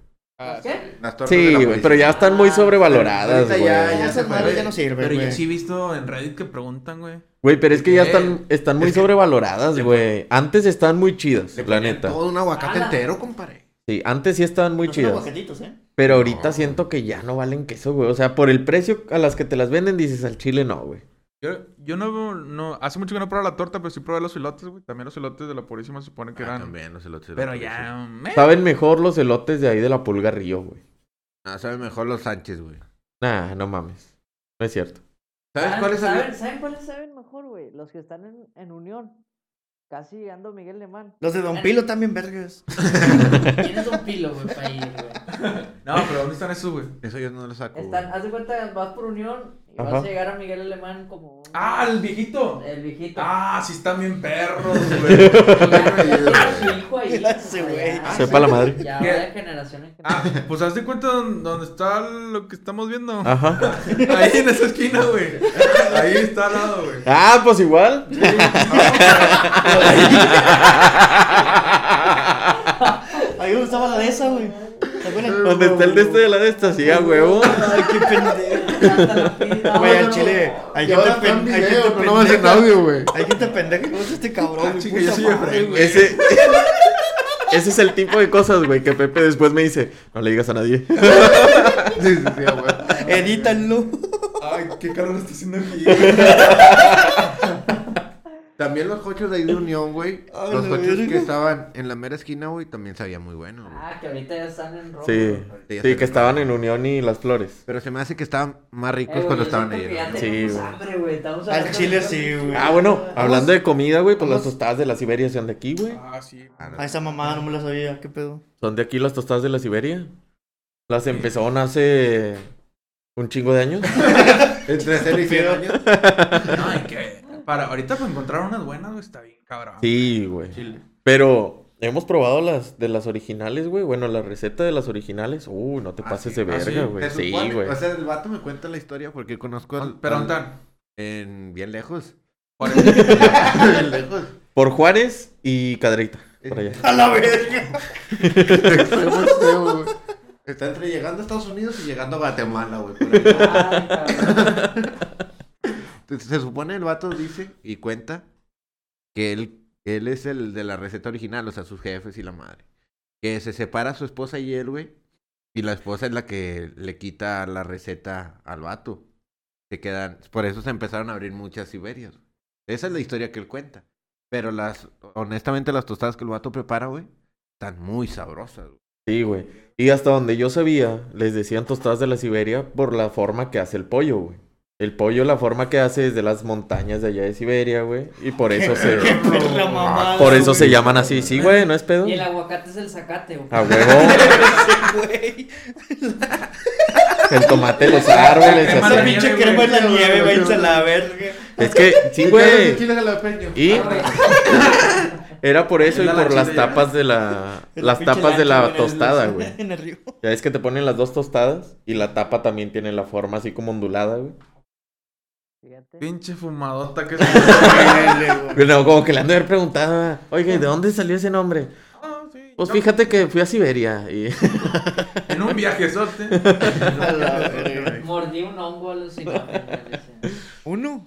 E: ¿Qué?
C: Las tortas de la
A: Sí, güey,
C: Purísima.
A: pero ya están muy sobrevaloradas,
C: Ahorita
A: güey.
C: ya,
D: güey.
C: ya se
D: Esas madres Ah, ya
C: fue.
D: no sirven,
B: Pero yo
D: güey.
B: sí he visto en Reddit que preguntan, güey.
A: Güey, pero es que ya
C: Sí.
A: están, están muy
C: Es que-
A: sobrevaloradas, güey. Antes están muy chidas,
C: Le
A: la
C: ponían
A: neta.
C: Todo un aguacate
E: Ala.
C: entero, compadre.
A: Sí, antes sí estaban muy
D: No son
A: chidas.
D: aguacatitos, ¿eh?
A: Pero ahorita
C: No.
A: siento que ya no valen queso, güey. O sea, por el precio a las que te las venden, dices al chile no, güey.
B: Yo, yo no, no, hace mucho que no pruebo la torta, pero sí probé los filotes, güey. También los filotes de la Purísima se supone que
C: Ah,
B: eran.
C: también, los elotes de la
B: Pero
C: Purísima.
B: ya, meh.
A: Saben mejor los elotes de ahí de la Pulga Río, güey.
C: Ah, saben mejor los Sánchez, güey.
A: Nah, no mames. No es cierto.
C: ¿Sabes cuáles
E: Ah, ¿Saben,
C: son?
E: ¿Saben cuáles saben mejor, güey? Los que están en, en Unión. Casi llegando a Miguel Lemán.
D: Los de Don Pilo también, vergas.
F: Tienes un pilo, güey, para ir,
C: Uh.
F: güey.
B: No, pero ¿dónde están esos, güey?
C: Eso yo no lo saco.
E: Están,
C: güey.
E: haz de cuenta, vas por Unión y
A: Ajá.
E: vas a llegar a Miguel Alemán como un-
B: ¡Ah, el viejito!
E: el viejito.
B: ¡Ah, sí están bien perros, güey!
E: Su hijo ahí,
D: ¿Qué hace,
E: o sea,
D: güey?
E: ya-
A: Sepa la madre.
E: Ah, Ya
B: ¿Qué?
E: va de generación en
B: Ah,
E: generación.
B: pues haz de cuenta don- donde está lo que estamos viendo.
A: Ajá.
B: Ahí en esa esquina, güey. Ahí está al lado, güey. Ah,
A: Ah, pues igual.
D: Ahí donde estaba la de esa, güey. ¿Te acuerdas?
A: Donde está el de este de la de esta, sí, a huevo.
D: Ay, qué pendejo.
E: Hasta la pila.
D: Güey, al chile. Hay
C: Ya va
D: gente
C: a estar en
D: pen- hay
C: video,
D: gente
C: pero no va a ser en
D: pendeja.
C: audio, güey.
D: Hay gente pendeja. ¿Cómo es este cabrón? güey?
B: Chica, yo
D: Puta
B: soy
D: madre,
B: Efraín,
D: güey.
A: Ese. Ese es el tipo de cosas, güey, que Pepe después me dice, no le digas a nadie.
C: Sí, sí, sí, ah, güey.
D: Edítanlo.
B: Ay, qué calor está haciendo aquí.
C: También los cochos de ahí de Unión, güey.
D: Ah,
C: Los
D: la
C: cochos
D: verga.
C: que estaban en la mera esquina, güey, también sabían muy buenos, güey.
E: Ah, que ahorita ya están en rojo. Eh,
A: Sí. Sí, que estaban en Unión y Las Flores.
C: Pero se me hace que estaban más ricos
E: Eh, güey,
C: cuando
E: yo
C: estaban
E: siento que
C: ahí.
E: ya
C: ¿no?
A: Sí,
E: tenemos
A: güey.
E: hambre, güey. Estamos
D: Al
E: hablando
D: chile
E: de-
D: sí, güey.
A: Ah, bueno, hablando de comida, güey, pues las tostadas de la Siberia son de aquí, güey.
B: Ah, sí.
D: A esa mamada no me la sabía. ¿Qué pedo?
A: Son de aquí las tostadas de la Siberia. Las empezaron hace un chingo de años.
C: Entre cero y cien
D: Estúpido.
C: años.
B: No, hay que. Para, ahorita para encontrar unas buenas, güey, está bien, cabrón.
A: Sí, güey.
B: Chile.
A: Pero hemos probado las de las originales, güey. Bueno, la receta de las originales. Uh, no te
C: Ah,
A: pases
C: sí.
A: de
C: Ah,
B: sí.
A: verga, güey.
C: Se
A: Sí,
C: supone-
A: güey.
C: O sea, el vato me cuenta la historia porque conozco al.
B: Pero
C: al-
B: ¿dónde
C: En bien lejos.
B: Por el-
C: bien lejos.
A: Por Juárez y Cadreita. Por allá.
D: A la verga.
C: Extremo, extremo, güey. Está entre llegando a Estados Unidos y llegando a Guatemala, güey. por ahí.
E: Ay, cabrón.
C: Se- Se supone el vato dice y cuenta que él, él es el de la receta original, o sea, sus jefes y la madre. Que se separa su esposa y él, güey. Y la esposa es la que le quita la receta al vato. Se quedan, por eso se empezaron a abrir muchas Siberias. güey. Esa es la historia que él cuenta. Pero las, honestamente, las tostadas que el vato prepara, güey, están muy sabrosas, güey.
A: Sí, güey. Y hasta donde yo sabía, les decían tostadas de la Siberia por la forma que hace el pollo, güey. El pollo, la forma que hace es de las montañas de allá de Siberia, güey. Y por eso se.
D: Qué perra mamada.
A: Por eso se
D: güey.
A: llaman así. Sí, güey, no es pedo.
E: Y el aguacate es el zacate, güey.
A: A huevo.
D: Güey.
A: El tomate, los árboles,
B: Qué
D: Esa
A: así.
D: pinche
B: nieve,
D: crema en la
C: güey.
D: nieve, güey. A la verga.
A: Es que, sí,
C: Chile
A: güey.
C: Chile jalapeño.
A: Y
E: Ah, güey.
A: era por eso y
B: La
A: por
B: lancha
A: las
B: de allá.
A: tapas de la.
D: El
A: Las
D: pinche
A: tapas de
D: lancha,
A: la
D: güey, en el-
A: tostada, güey.
D: En el río.
A: Ya es que te ponen las dos tostadas y la tapa también tiene la forma así como ondulada, güey.
E: Fíjate.
B: Pinche fumadota que es.
A: Pero como que le han de haber preguntado, oye, ¿de dónde salió ese nombre?
B: Ah, sí.
A: Pues
B: No,
A: fíjate que fui a Siberia y...
B: En un viajezote.
D: A la verga.
E: Mordí un hongo alucinógeno. dice.
D: Uno.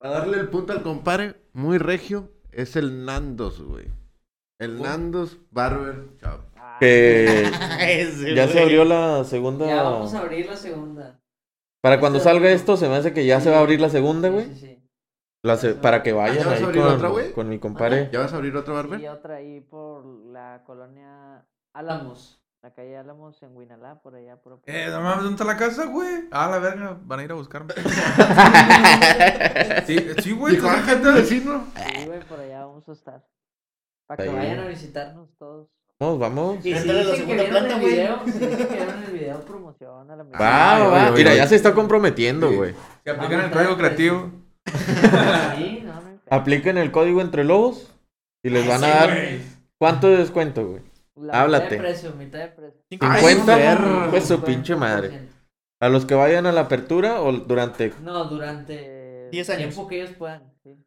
C: Para darle el punto al compadre, muy regio, es el Nandos, güey. El Nandos Barber Shop.
E: Ah,
A: que
D: Ese,
A: ya se
D: güey.
A: abrió la
E: Ya vamos a
A: segunda...
E: abrir la segunda.
A: Para cuando salga esto, se me hace que ya se va a abrir la segunda, güey.
E: Sí, sí, sí.
A: La se- Para que
C: ¿Ah, ya
A: vayan
C: vas a
A: ahí
C: abrir otra,
A: con,
C: güey?
A: con mi compadre.
C: ¿Ya vas a abrir otro barber?
E: Y otra ahí por la colonia Álamos. La calle Álamos en Huinalá, por allá. Por
B: Eh, no mames, ¿dónde está la casa, güey? Ah, la verga, van a ir a buscarme. Sí, eh, sí, güey.
C: Dijo,
B: está
C: "Ah,
B: cerca.
C: vecino.
D: Eh.
E: Sí, güey, por allá vamos a estar. Para que
A: Ahí.
E: vayan a visitarnos todos.
A: Vamos, vamos.
E: Y si
D: Préndale la
E: dicen que
D: segunda
E: vieron
D: planta,
E: el
D: güey.
E: video, si dicen que vieron el video, promociona la
A: Va,
C: Ay,
A: va.
C: oye, oye,
A: Mira,
C: oye.
A: ya se está comprometiendo,
C: Sí.
A: güey.
B: Se aplican el código creativo.
E: Sí, no, no hay pedo.
A: Apliquen el código entre lobos y les van a dar. ¿Cuánto de descuento, güey?
E: La
A: háblate.
E: Mitad de precio, mitad de precio.
A: Ay, 50,
C: perro.
A: pues su pinche madre. A los que vayan a la apertura o durante,
E: No, durante
D: Diez
E: el
D: años.
E: tiempo que ellos puedan. sí.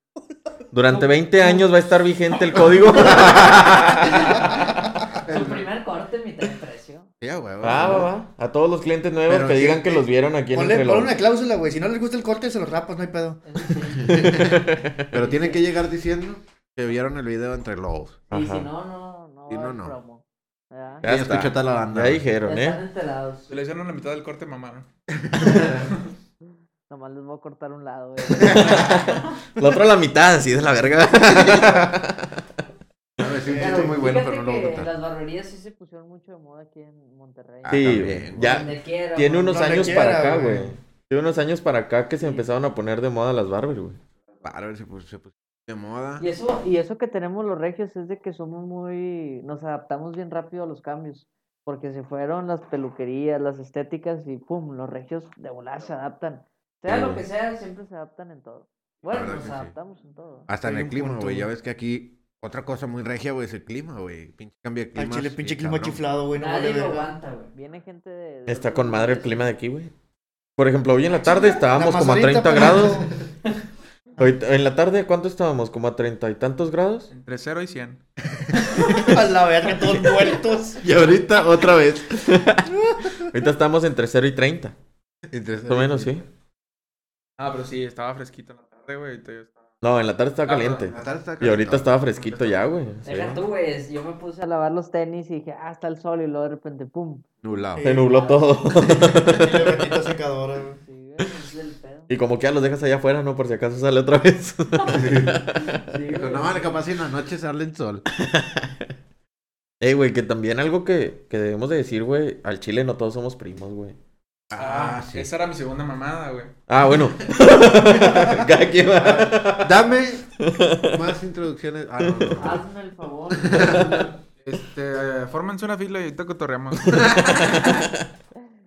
A: durante 20 años va a estar vigente el código.
D: Ah,
E: Su primer corte, mitad de precio.
C: Ya, güey.
A: Va, va, va. A todos los clientes nuevos
C: Pero
A: que
C: sí,
A: digan que
C: eh,
A: los vieron aquí en
D: Ponle,
A: el
D: ponle
A: reloj.
D: una cláusula, güey. Si no les gusta el corte, se los rapas, no hay pedo.
E: Eso sí.
C: Pero tienen que llegar diciendo que vieron el video entre lobos.
E: Y si
A: Ajá.
E: no, no, no.
C: Si
E: va
C: no,
E: a haber
C: no.
E: promo, ¿verdad?
A: Ya
C: Ya
A: está.
C: escuchó tal la
A: Ya
C: banda. güey.
E: Ya
A: dijeron, ¿eh?
E: están enterados.
B: Se le hicieron la mitad del corte, mamaron.
E: Nomás les voy a cortar un lado. eh. güey.
A: La otra la mitad, así de la verga.
C: A ver, Ah, sí, un
E: Pero
C: chiste muy bueno,
E: fíjate
C: pero no lo voy a
E: que
C: contar.
E: Las barberías sí se pusieron mucho de moda aquí en Monterrey.
C: Ah,
A: Sí,
C: también,
A: güey,
C: güey.
A: ya
E: Donde quiera,
A: tiene
E: güey.
A: unos
D: Donde
A: años
D: quiera,
A: para acá,
D: güey.
A: güey. Tiene unos años para acá que se empezaron a poner de moda las barbas, güey.
C: Bárbaro, se puso, se puso de moda.
E: Y eso, y eso que tenemos los regios es de que somos muy, nos adaptamos bien rápido a los cambios, porque se fueron las peluquerías, las estéticas y pum, los regios de volar se adaptan. Sea lo que sea, siempre se adaptan en todo. Bueno,
C: verdad
E: nos
C: que sí.
E: adaptamos en todo.
C: Hasta en
D: Hay
C: el
D: un
C: clima,
D: punto,
C: güey. Ya
D: güey.
C: ves que aquí otra cosa muy regia, güey, es el clima, güey. Pinche cambio de
D: Al
C: clima.
D: chile, pinche clima chiflado, güey. No vale
F: Nadie lo
D: verga.
F: aguanta, güey.
E: Viene gente de... de
A: Está
E: otros
A: con madre el
E: lugares.
A: clima de aquí, güey. Por ejemplo, hoy en la tarde estábamos
D: La
A: como a
D: mazarita,
A: 30
D: pendejo.
A: grados. Ahorita- en la tarde, ¿cuánto estábamos? ¿Como a treinta y tantos grados?
B: Entre 0 y 100.
D: A la verga, todos muertos.
C: Y ahorita otra vez.
A: Ahorita estamos entre 0 y 30, más o menos, ¿sí?
B: Ah, pero sí, estaba fresquito en la tarde, güey. te-
A: No, en la tarde estaba
B: Ah, pero-
A: caliente. Y ahorita estaba fresquito ya, güey. sí.
E: Deja tú, güey, yo me puse a lavar los tenis y dije, ah, está el sol, y luego de repente, pum.
C: Nublado.
A: Se nubló todo.
D: Y la ratita secadora, güey.
E: Sí, güey, es el pedo.
A: Y como que ya los dejas allá afuera, ¿no? Por si acaso sale otra vez.
E: Sí,
C: Pero
E: güey.
C: no, vale, capaz si en la noche sale el sol.
A: Ey, güey, que también algo que, que debemos de decir, güey, al chile no todos somos primos, güey.
C: Ah, sí.
B: Esa era mi segunda mamada, güey.
A: Ah, bueno. Cada quien va.
C: Dame más introducciones. Ah, no, no, no.
E: Hazme el favor.
B: Este, eh, fórmense una fila y ahorita cotorreamos.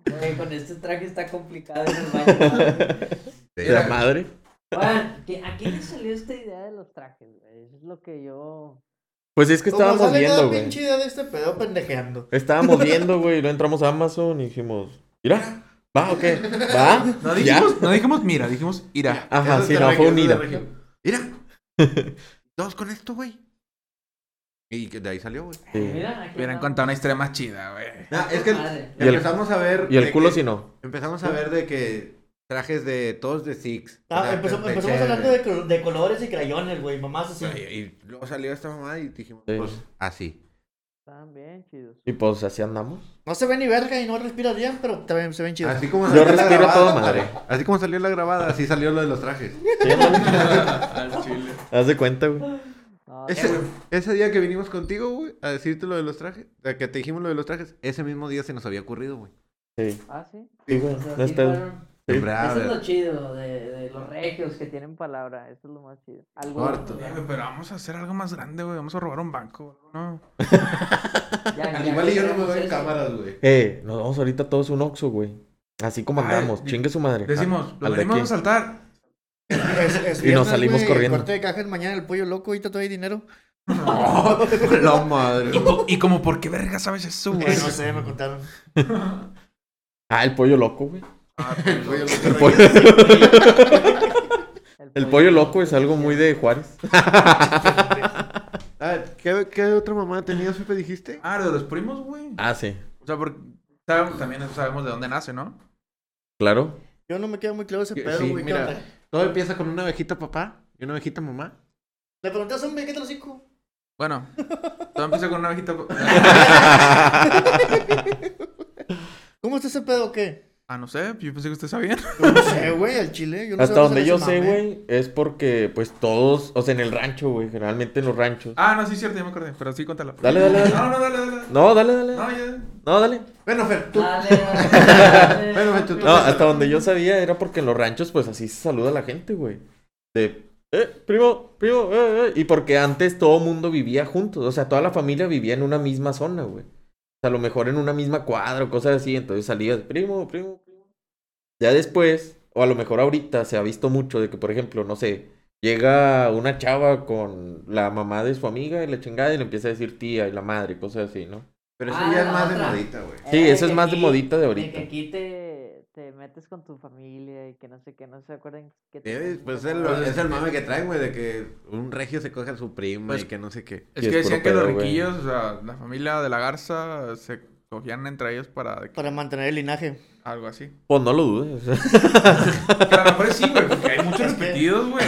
E: Güey, con este traje está complicado en el baño.
A: De la madre.
E: Oigan, ¿qué- ¿a quién le salió esta idea de los trajes, güey? Eso es lo que yo...
A: Pues es que
D: Como
A: estábamos
D: sale cada
A: viendo, güey.
D: pinche idea de este pedo pendejeando.
A: Estábamos viendo, güey, y luego entramos a Amazon y dijimos, mira, va o qué, va,
B: No
A: ya.
B: dijimos, no dijimos mira, dijimos irá.
A: Ajá,
C: Eso
A: sí,
C: es de
A: no,
C: regio,
A: fue
C: eso es de
A: unida.
C: regio. Mira. Dos con esto, güey. Y que de ahí salió, güey.
A: Sí.
E: Miren, aquí
B: Hubieran
E: andamos.
B: contado una historia más chida, güey.
C: Nah, es que
E: Madre.
A: ah, Y el-
C: empezamos a ver.
A: Y el
C: de
A: culo
C: que-
A: si no.
C: Empezamos a ver de que trajes de todos de Six. O
D: Ah,
C: sea,
D: empezó-
C: de-
D: empezamos
C: Cher,
D: hablando de, col- de colores y crayones, güey. Mamás así.
C: Y, y luego salió esta mamá y dijimos,
A: Sí.
C: pues, así.
E: Estaban bien chidos.
A: Y pues así andamos.
D: No se ve ni verga y no respiras bien, pero también se ven chidos.
C: Así como
A: Yo
C: salió la
A: respiro a toda
C: grabada,
A: madre.
C: Así como salió la grabada, así salió lo de los trajes.
A: Sí, andamos.
B: Al chile.
A: Haz de cuenta, güey.
E: No,
C: Ese, ese día que vinimos contigo, güey, a decirte lo de los trajes, a que te dijimos lo de los trajes, ese mismo día se nos había ocurrido, güey.
A: Sí,
E: Ah, sí.
A: sí, güey,
E: O sea,
A: no este es
E: sí
A: pedo.
E: fueron-
A: Sí.
C: Bravo.
E: Eso es lo chido de, de los regios que tienen palabra. Eso es lo más chido. Algo
C: Cuarto.
B: Eh, güey, Pero vamos a hacer algo más grande, güey. Vamos a robar un banco, ¿no?
E: Ya,
C: Al
E: ya
C: igual y yo no me
E: hacemos
C: veo en
E: eso.
C: cámaras, güey.
A: Eh, nos vamos ahorita todos un oxo, güey. Así como
B: Ay,
A: andamos,
B: di-
A: chingue su madre.
B: Decimos,
A: Al
B: lo
A: de
B: venimos
A: aquí.
B: a saltar.
D: Es- es
A: Y nos
D: viernes,
A: salimos
D: güey,
A: corriendo.
D: Corte de cajas mañana el pollo loco, ahorita todavía hay dinero.
C: la madre.
B: Y, po- y como, ¿por qué verga sabes eso, güey?
D: Eh, no sé, me contaron.
A: Ah, el pollo loco, güey.
B: Ah,
C: pues,
B: pero-
C: Güey, los
A: El
C: trajes.
A: pollo, el pollo loco es algo muy de Juárez.
C: Ah, ¿qué, ¿Qué otra mamá tenías, Pepe, dijiste?
B: Ah, de los primos, güey.
A: Ah, sí.
B: O sea, porque sabemos- también sabemos de dónde nace, ¿no?
A: Claro.
D: Yo no me queda muy claro ese
C: Sí,
D: pedo,
C: sí,
D: güey. ¿qué
C: mira.
D: onda?
C: Todo empieza con una abejita papá y una abejita mamá.
D: Le pregunté a Zombie, ¿qué te lo cico?
B: Bueno, todo empieza con una abejita. pues,
D: ¿Cómo está ese pedo o qué?
B: Ah, no sé, yo pensé que usted sabía.
D: Yo no sé, güey, al chile. Yo no
A: Hasta
D: sé
A: donde yo
D: dónde
A: sé,
D: sale ese mame.
A: güey, es porque, pues, todos, o sea, en el rancho, güey, generalmente en los ranchos.
B: Ah, no, sí, es cierto, ya me acordé, pero sí, cuéntala.
A: Dale, dale, dale.
B: No, no, dale, dale.
A: No, dale, dale.
B: No, ya.
A: No, dale.
C: Bueno, Fer, tú.
E: Dale, dale,
C: Bueno,
E: dale.
C: Fer, tú. tú
A: No,
C: cuéntala.
A: hasta donde yo sabía era porque en los ranchos, pues, así se saluda la gente, güey. De, eh, primo, primo, eh, eh. Y porque antes todo mundo vivía juntos, o sea, toda la familia vivía en una misma zona, güey. O sea, a lo mejor en una misma cuadra o cosas así, entonces salías, primo, primo, primo. Ya después o a lo mejor ahorita se ha visto mucho de que, por ejemplo, no sé, llega una chava con la mamá de su amiga y la chingada y le empieza a decir tía y la madre, y cosas así, ¿no?
C: Pero
F: Ah,
C: eso ya es
F: la
C: más de
F: otra.
C: modita, güey.
A: Sí,
E: Eh,
A: eso
E: que
A: es más de
E: aquí-
A: modita de
E: de que
A: ahorita.
E: aquí te, te metes con tu familia y que no sé qué, no se acuerden que te
C: Sí,
E: casaste
C: Pues es
E: con
C: el,
E: alguien.
C: es el mame que traen, güey, de que un regio se coge a su prima
B: Pues-
C: y que no sé qué.
B: Es
A: Y
B: que
A: es puro
B: decían que los
A: pedo, güey.
B: riquillos, o sea, la familia de la garza se cogían entre ellos para, de que-
D: Para mantener el linaje.
B: algo así.
A: Pues no lo dudes.
B: Que a lo mejor sí, güey, porque hay muchos
D: Es que-
B: repetidos, güey.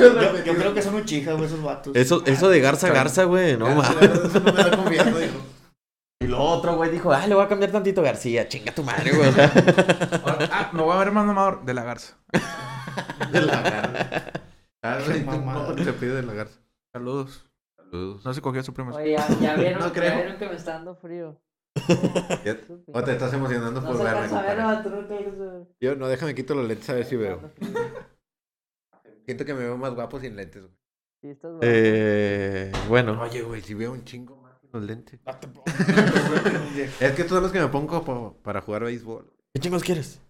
D: Yo, yo creo que son un chija, güey, esos vatos.
A: Eso, eso de Garza Garza, güey, no mames.
C: Eso no me da confianza, dijo.
A: Y lo otro, güey, dijo, ah, le voy a cambiar tantito García, chinga tu madre, güey.
B: Ah, me voy a ver más mamador de la garza.
C: De la garza. Ah,
D: Qué
C: güey, tú
D: mamada.
C: no, porque se pide de la garza.
B: Saludos.
C: Saludos.
B: No se cogió a su primo.
E: Oye, ya, ya vieron,
C: No
E: ya
C: creo.
E: vieron que me está dando frío.
C: Ya- O te estás emocionando
E: No
C: por
E: se
C: verme,
E: alcanza a ver,
C: compadre.
E: no, tú no te alcanzas a ver.
C: Yo no, déjame quito los lentes a ver si
E: Me está
C: veo.
E: dando frío.
C: Siento que me veo más guapo sin lentes, güey.
E: Sí, estás guapo.
A: Eh, bueno.
C: Oye, güey, si veo un chingo más sin los lentes.
D: No te pongas.
C: Es que estos son los que me pongo pa- para jugar béisbol.
A: ¿Qué chingos quieres?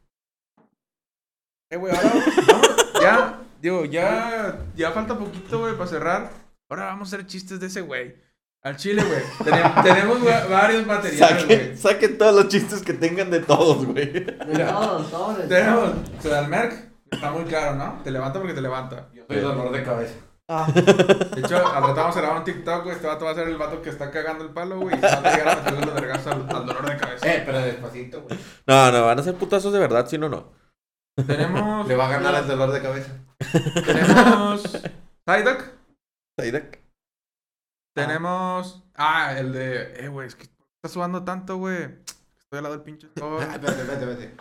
B: Eh, güey, ahora vamos- ya, digo, ya, ya falta poquito, güey, para cerrar. Ahora vamos a hacer chistes de ese güey. Al chile, güey. Tenem- tenemos va- varios materiales,
A: Saquen,
B: güey.
A: saquen todos los chistes que tengan de todos, güey.
E: De todos, sobres.
B: Tenemos Sedalmerc, está muy caro, ¿no? Te levanta porque te levanta.
C: Soy dolor de cabeza.
D: Ah,
B: De hecho, al rato vamos a grabar un TikTok, güey. Este vato va a ser el vato que está cagando el palo, güey. Y se va a pegar a meterle los vergazos al, al dolor de cabeza.
C: Eh, pero despacito, güey.
A: No, no, van a ser putazos de verdad, si no, no.
B: Tenemos.
C: Le va a ganar al dolor de cabeza.
B: Tenemos. Psyduck.
A: Zaidak.
B: Tenemos. Ah, el de. Eh, güey, es que está sudando tanto, güey. Estoy al lado del pinche sol.
C: Ah, espérate, espérate, espérate.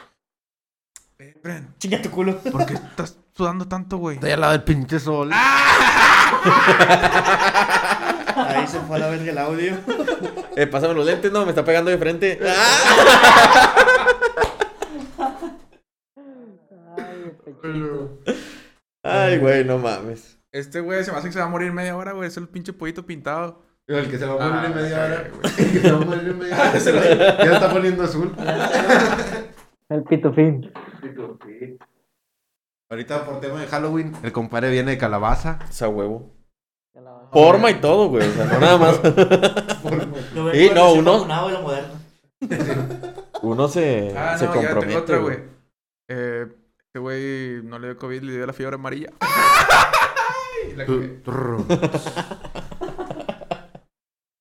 B: Eh, Bren,
D: chinga tu culo.
B: ¿por qué estás sudando tanto, güey? Ah.
C: Estoy al lado del pinche sol.
D: Ahí se fue a la verga el audio.
A: Eh, pásame los lentes, no, me está pegando de frente.
E: Ay, el pechito.
A: Ay, güey, no mames.
B: Este güey se me hace que se va a morir en media hora, güey. Es el pinche pollito pintado.
C: El que se va a morir en
B: Ah,
C: media hora.
B: güey.
C: El que se va a morir en media hora. Ya está poniendo azul.
E: El pitufín.
C: Ahorita por tema de Halloween, el compadre viene de calabaza.
A: Esa huevo.
E: Ya la bajé.
C: Oh.
A: Forma y todo, güey. O sea, no nada más.
D: Lo ven
A: Sí,
D: con
A: no,
D: recién
A: uno-
D: vacunado y lo moderno.
A: Uno se,
B: Ah,
A: se
B: no, ya
A: compromete.
B: tengo otra, güey. Eh, este güey no le dio COVID, le dio la fiebre amarilla. Y la cagué.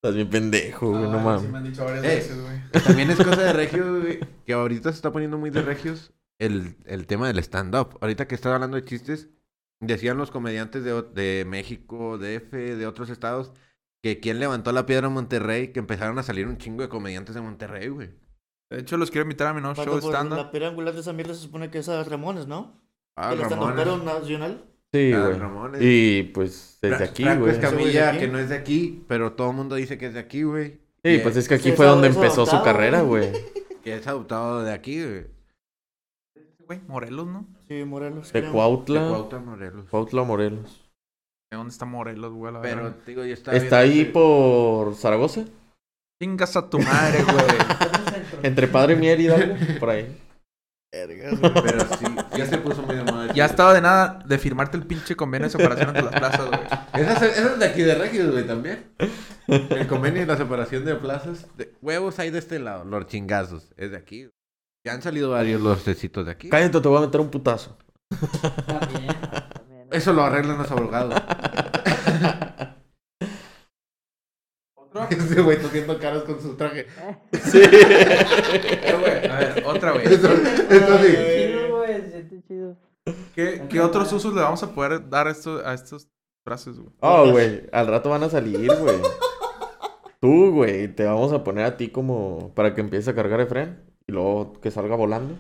A: Estás bien pendejo, güey, no
B: Ah,
A: mames.
B: Sí me han dicho varias
C: Eh.
B: veces, güey.
C: También es cosa de regios, güey. Que ahorita se está poniendo muy de regios el, el tema del stand-up. Ahorita que estaba hablando de chistes, decían los comediantes de, o- de México, de F, de otros estados, que quien levantó la piedra en Monterrey, que empezaron a salir un chingo de comediantes de Monterrey, güey.
B: De hecho, los quiero invitar a mi nuevo
D: Vato,
B: show
D: por
B: stand-up.
D: La piedra angular de esa mierda se supone que es a Ramones, ¿no?
C: Ah,
D: el
C: Ramones.
D: estandopero nacional.
A: Sí,
C: Ah,
A: güey.
C: Ramones.
A: Y pues desde
C: Fra-
A: aquí,
C: Franco
A: güey.
D: Escamilla.
C: Escamilla,
D: Sí,
C: que no es de aquí, pero todo el mundo dice que es de aquí, güey.
A: Sí,
C: Y
A: pues
C: es-
A: es que aquí
D: Sí,
A: fue
D: es
A: donde
D: adoptado,
A: empezó su
D: güey.
A: carrera, güey.
C: que es adoptado de aquí, güey.
B: Güey, Morelos, ¿no?
D: Sí, Morelos.
A: De
D: creo.
C: De
A: Cuautla.
C: Cuautla, Morelos.
A: Cuautla, Morelos.
B: ¿De dónde está Morelos, güey? La
C: Pero,
B: verdad.
C: digo, yo estaba
A: Está
C: viendo
A: ahí
C: ese-
A: por Zaragoza.
B: Chingas a tu madre, güey.
A: Entre Padre Mier y Hidalgo. Por ahí.
D: Vergas, güey.
C: Pero sí, ya se puso muy de moda.
B: ya estaba de nada de firmarte el pinche convenio de separación entre las plazas, güey.
C: Esas, esas de aquí de Regios, güey, también. El convenio y la separación de plazas. De... Huevos hay de este lado, los chingazos. Es de aquí. güey. Ya han salido varios lorcecitos de aquí.
A: Cállate, te voy a meter un putazo.
E: También, también.
C: Eso lo arreglan los abogados. Ese Este güey tosiendo caras con su traje.
A: Sí.
B: Eh, güey, A ver, otra, güey.
C: Eso, eso
E: Ay,
C: sí.
E: qué chido, güey, se siente chido.
B: ¿Qué, qué otros usos le vamos a poder dar a estos, a estos frases, güey?
A: Oh, güey. Al rato van a salir, güey. Tú, güey. Te vamos a poner a ti como para que empiece a cargar Efren. Y luego que salga volando.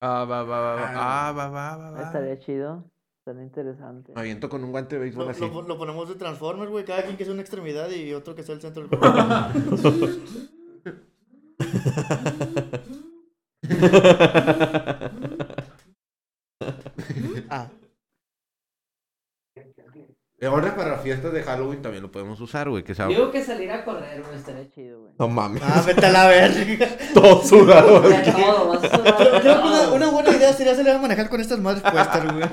B: Ah, va, va, va, va. Ah, va, va, va, va.
E: Estaría chido. Estaría interesante.
C: Me aviento con un guante de béisbol
D: Lo,
C: así.
D: lo- lo ponemos de Transformers, güey. Cada quien que sea una extremidad y otro que sea el centro del cuerpo. ah.
C: Eh, Ahora para fiestas de Halloween también lo podemos usar, güey. Que sea...
E: Digo que salir a correr, güey, estaría chido, güey.
A: No mames.
D: Ah, vete a la verga.
A: Todo sudado.
E: Ya todo, vas a sudar
D: Creo creo que una,
E: todo.
D: una buena idea sería salir a manejar con estas madres puestas, güey.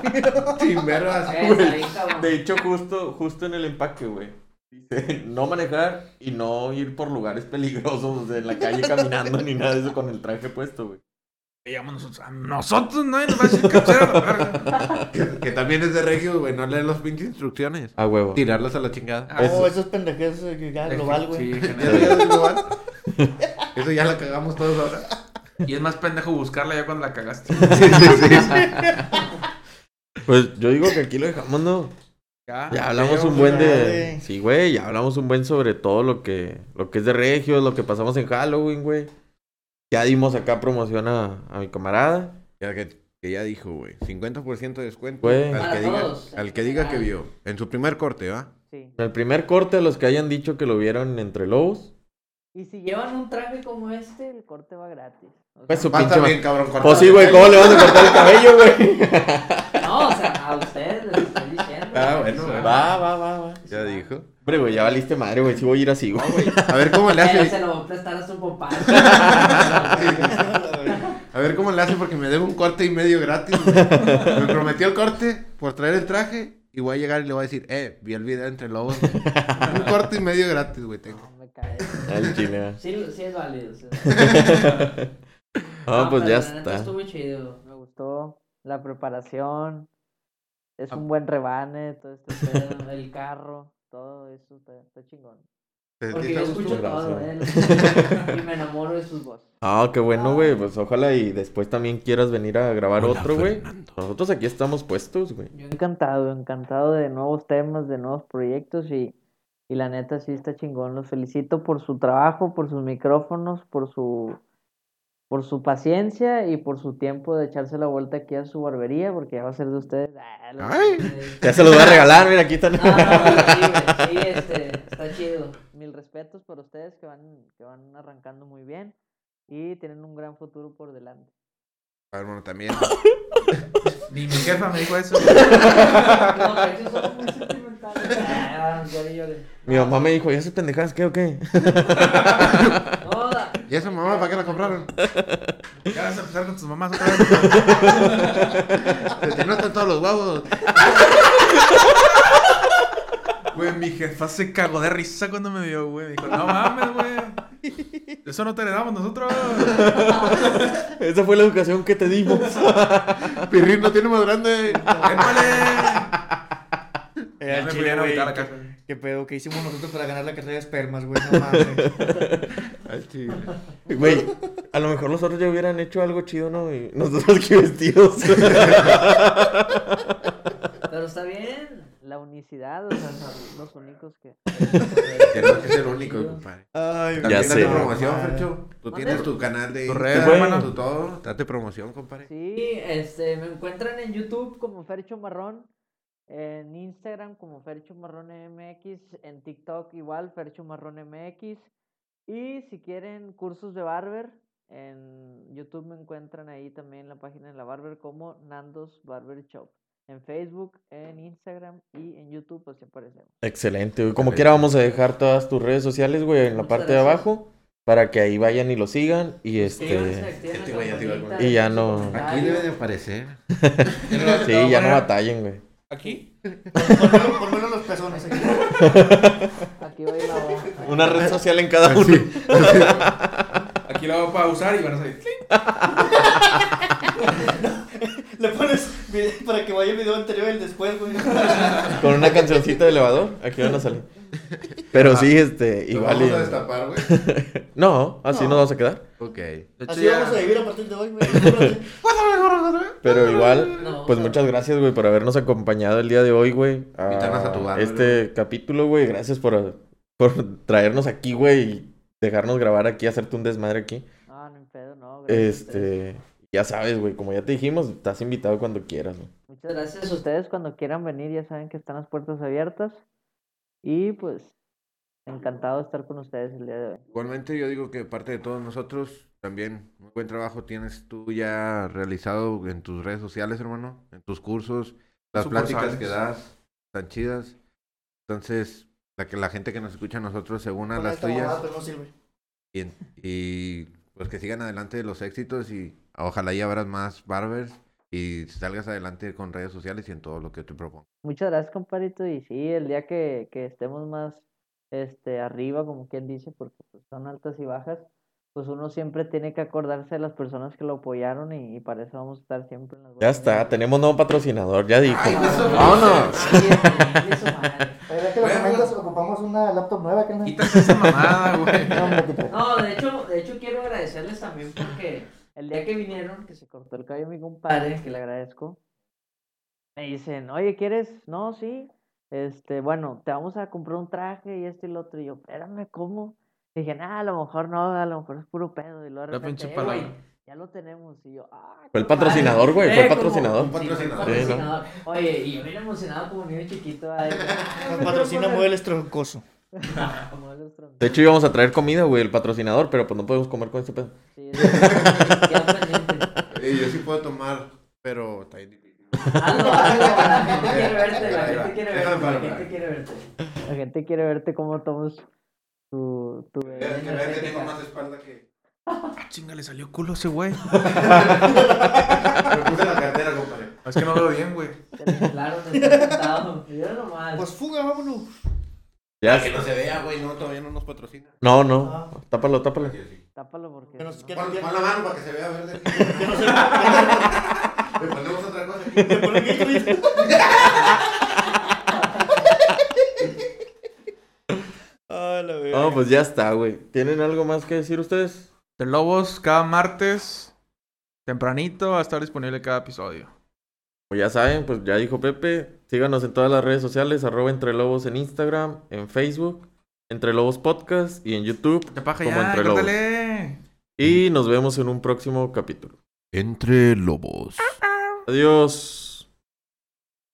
C: Sin vergas,
E: Eh,
C: güey.
E: está bien, cabrón.
A: De hecho, justo, justo en el empaque, güey. Dice, no manejar y no ir por lugares peligrosos, o sea, en la calle caminando ni nada de eso con el traje puesto, güey.
B: Digamos nosotros, a nosotros nadie nos va a decir que usara la verga.
C: Que, que también es de regio, güey. No leer los pinches instrucciones.
D: Ah.
A: A huevo.
C: Tirarlas a la chingada.
B: Ah,
D: Oh, esos pendejes eh, que ya global, güey.
B: Sí,
C: Eso
B: general.
C: ya es global. Eso ya la cagamos todos ahora.
B: Y es más pendejo buscarla ya cuando la cagaste.
A: Pues yo digo que aquí lo dejamos, ¿no?
B: Ya.
C: Ah,
A: Ya hablamos un
D: llevamos
A: buen
D: una hora,
A: de...
D: güey.
A: Sí, güey, ya hablamos un buen sobre todo lo que, lo que es de regios, lo que pasamos en Halloween, güey. Ya dimos acá promoción a, a mi camarada.
C: Ya que, que ya dijo, güey. 50% de descuento.
A: Güey.
C: Al que,
E: Para
C: diga,
E: todos.
C: al que diga que vio. En su primer corte, ¿va?
E: Sí.
A: En el primer corte, a los que hayan dicho que lo vieron entre lobos,
E: Y si llevan un traje como este, el corte va gratis. O sea,
A: pues su
C: Pasa
A: pinche...
C: bien, cabrón. corta.
A: Pues sí, güey, ¿cómo le vas a cortar el cabello, güey?
E: No, o sea, a ustedes les estoy diciendo.
C: Ah, bueno.
A: Va, va, va, va.
C: Ya dijo.
A: Hombre, güey, ya valiste madre, güey. Si voy a ir así, güey.
C: A ver cómo le
E: Pero
C: hace.
E: se lo voy a prestar a su papá.
C: A ver cómo le hace porque me debe un corte y medio gratis. güey. Me prometió el corte por traer el traje y voy a llegar y le voy a decir, eh, vi el video entre lobos. güey. Un corte y medio gratis, güey, tengo.
E: Me cae.
A: Al chile.
F: Sí, sí es válido. sí es válido.
A: Ah, pues
F: pero
A: ya
F: la neta
A: está.
F: Estuvo chido.
E: Me gustó la preparación. Es
A: Ah.
E: un buen rebane, todo este pedo, el carro, todo eso está, está chingón.
C: ¿Te-
F: Porque
C: te
F: yo
C: está gustando?
F: escucho todo, ¿eh? Y me enamoro de sus voces.
A: Ah, qué bueno, güey. Pues ojalá y después también quieras venir a grabar otro, güey. Nosotros aquí estamos puestos, güey.
E: Yo encantado, encantado de nuevos temas, de nuevos proyectos y, y la neta sí está chingón. Los felicito por su trabajo, por sus micrófonos, por su por su paciencia y por su tiempo de echarse la vuelta aquí a su barbería porque ya va a ser de ustedes. Ah, lo-
C: Ay.
A: Ya se los voy a regalar, mira, aquí están.
E: Ah,
F: Sí, güey, sí, este, está chido.
E: mil respetos para ustedes que van, que van arrancando muy bien y tienen un gran futuro por delante.
C: A ver, bueno, también.
B: Ni mi jefa me dijo eso.
F: No, esos son muy sentimentales. Ah, llore, llore.
A: Mi mamá me dijo, ¿y esas pendejadas qué o qué?
F: No, da-
C: ¿Y esa mamá para qué la compraron?
B: Ya vas a empezar con tus mamás otra vez.
C: Se te notan todos los huevos.
B: Güey, mi jefa se cagó de risa cuando me vio, güey. Me dijo, no mames, güey. Eso no te le damos nosotros.
A: Esa fue la educación que te dimos.
C: Pirrín no tiene más grande.
B: ¡Épale!
D: Eh,
B: Ya
D: al
B: me
D: chile,
B: fui a
D: güey,
B: habitar la
D: ¿qué-
B: casa.
D: ¿Qué pedo? ¿Qué hicimos nosotros para ganar la carrera de espermas, güey? No mames.
C: Ay, sí.
A: Güey, a lo mejor nosotros ya hubieran hecho algo chido, ¿no? Y nosotros aquí vestidos.
E: Pero está bien, la unicidad, o sea, son los únicos que...
C: Que no es el único, compadre.
D: Ay,
A: Ya
C: También
A: sé. Ah.
C: date
A: güey.
C: promoción, Fercho. Tú tienes tu canal de
B: Tu
C: Instagram,
B: red,
A: hermano.
C: tu todo. Date promoción, compadre.
E: Sí, este, me encuentran en YouTube como Fercho Marrón, en Instagram como Fercho Marrón MX, en TikTok igual Fercho Marrón MX, y si quieren cursos de barber, en YouTube me encuentran ahí también en la página de la barber como Nandos Barber Shop. En Facebook, en Instagram y en YouTube, pues se aparecemos.
A: Excelente, güey. Como quiera vamos a dejar todas tus redes sociales, güey, en la
F: Muchas
A: parte de
F: gracias.
A: abajo. Para que ahí vayan y lo sigan. Y
F: Suscríbanse,
A: este...
F: activen
C: Este
F: la
C: güey ya te iba a
F: campanita,
A: contar. Y ya
F: dejen su
A: no-
F: comentario.
C: Aquí debe de aparecer.
A: Sí, ya no batallen, güey.
B: ¿Aquí?
D: Por menos los pezones aquí.
E: Aquí va a ir la voz.
A: Una red social en cada uno.
C: Sí.
B: Aquí la voy a pausar y van a salir.
D: Le pones vi- para que vaya el video anterior y el después, güey.
A: Con una cancioncita de elevador. Aquí van a salir. Pero sí, este,
C: Lo
A: igual.
C: Vamos a
A: y-
C: destapar, güey.
A: No, así
D: No.
A: nos vamos a quedar.
C: Ok.
D: Así vamos a vivir a partir de hoy, güey. Acuérdate.
A: Pero igual,
F: No,
A: pues
F: no.
A: muchas gracias, güey, por habernos acompañado el día de hoy, güey. a
C: Invitarnos a tu bar,
A: Este capítulo, güey. Gracias por, por traernos aquí, güey. Y dejarnos grabar aquí, hacerte un desmadre aquí.
E: Ah, No, no hay pedo, no. gracias a ustedes.
A: Este. Ya sabes, güey, como ya te dijimos, estás invitado cuando quieras, güey.
E: Muchas gracias a ustedes. Cuando quieran venir, ya saben que están las puertas abiertas. Y pues, encantado de estar con ustedes el día de hoy.
C: Igualmente yo digo que parte de todos nosotros también muy buen trabajo tienes tú ya realizado en tus redes sociales, hermano, en tus cursos, las pláticas
B: Sucursales.
C: que das tan chidas. Entonces, la, que, la gente que nos escucha a nosotros se una a
D: Con
C: las
D: alta
C: tuyas
D: mamada, pero no sirve.
C: y, en- y, pues que sigan adelante los éxitos y ojalá ya habrás más barbers y salgas adelante con redes sociales y en todo lo que te propongo.
E: Muchas gracias, compadrito. Y sí, el día que, que estemos más este, arriba, como quien dice, porque pues, son altas y bajas, pues uno siempre tiene que acordarse de las personas que lo apoyaron y, y para eso vamos a estar siempre en las
A: Ya
E: buenas y en
A: está,
E: las
A: tenemos nuevo patrocinador, ya dijo.
C: ¡Vámonos!
D: Pero ya que lo
A: pues,
D: comentas, ocupamos una laptop nueva, carnal.
B: Quítate esa mamada, güey.
D: No, hombre, quita.
F: No, de hecho, de hecho quiero agradecerles también porque
E: El día que vinieron, que se cortó el cabello mi compadre, que le agradezco, me dicen, oye, ¿quieres? No, sí. Este, bueno, te vamos a comprar un traje y esto y lo otro. Y yo, espérame, ¿cómo? Y dije, nah, a lo mejor no, a lo mejor es puro pedo. Y luego de
B: La
E: repente,
B: pinche
E: "Eh, güey,
B: palabra.
E: ya lo tenemos. Y yo, ah.
A: Fue el
E: qué padre".
A: patrocinador,
F: Eh,
A: güey, fue el
F: como-
A: patrocinador.
F: sí, fue el
C: Patrocinador.
F: patrocinador. Oye, y yo bien emocionado como niño chiquito. ay,
D: Nos patrocina Mueble Estroncoso.
E: Como de los troncos.
A: De hecho, íbamos a traer comida, güey, el patrocinador, pero pues no podemos comer con este pedo.
E: Sí, es-
F: queda pendiente.
C: Eh, yo sí puedo tomar, pero está bien difícil.
F: Hazlo, hazlo, la gente quiere verte, la gente quiere
C: Déjame
F: verte, la
C: parar.
F: gente quiere verte.
E: la gente quiere verte cómo tomas tu, tu bebé.
C: Es que vean que tengo más espalda que...
B: Ah, chinga, le salió culo ese güey.
C: Me puse la cartera, compadre.
B: Es que no veo bien, güey.
F: Te inflaron, te estás sentado. Yo nomás.
D: Pues fuga, vámonos.
A: Ya.
C: Que no se vea, güey, no, todavía no nos patrocina.
A: No,
D: Ah.
A: no.
F: Ah.
A: Tápalo, tápalo.
E: Tápalo porque.
D: Que nos-
E: no-
D: que-
C: Pon,
D: que-
C: pon la mano para que se vea verde. Le ponemos otra cosa aquí.
D: Ah, la verga.
A: No, pues ya está, güey. ¿Tienen algo más que decir ustedes?
B: The Lobos cada martes, tempranito, va a estar disponible cada episodio.
A: Pues ya saben, pues ya dijo Pepe. Síganos en todas las redes sociales, arroba Entre Lobos en Instagram, en Facebook, Entre Lobos Podcast y en YouTube.
B: Te paja
A: Como
B: ya,
A: entre lobos.
B: córtale.
A: Y nos vemos en un próximo capítulo.
C: Entre lobos.
A: Adiós.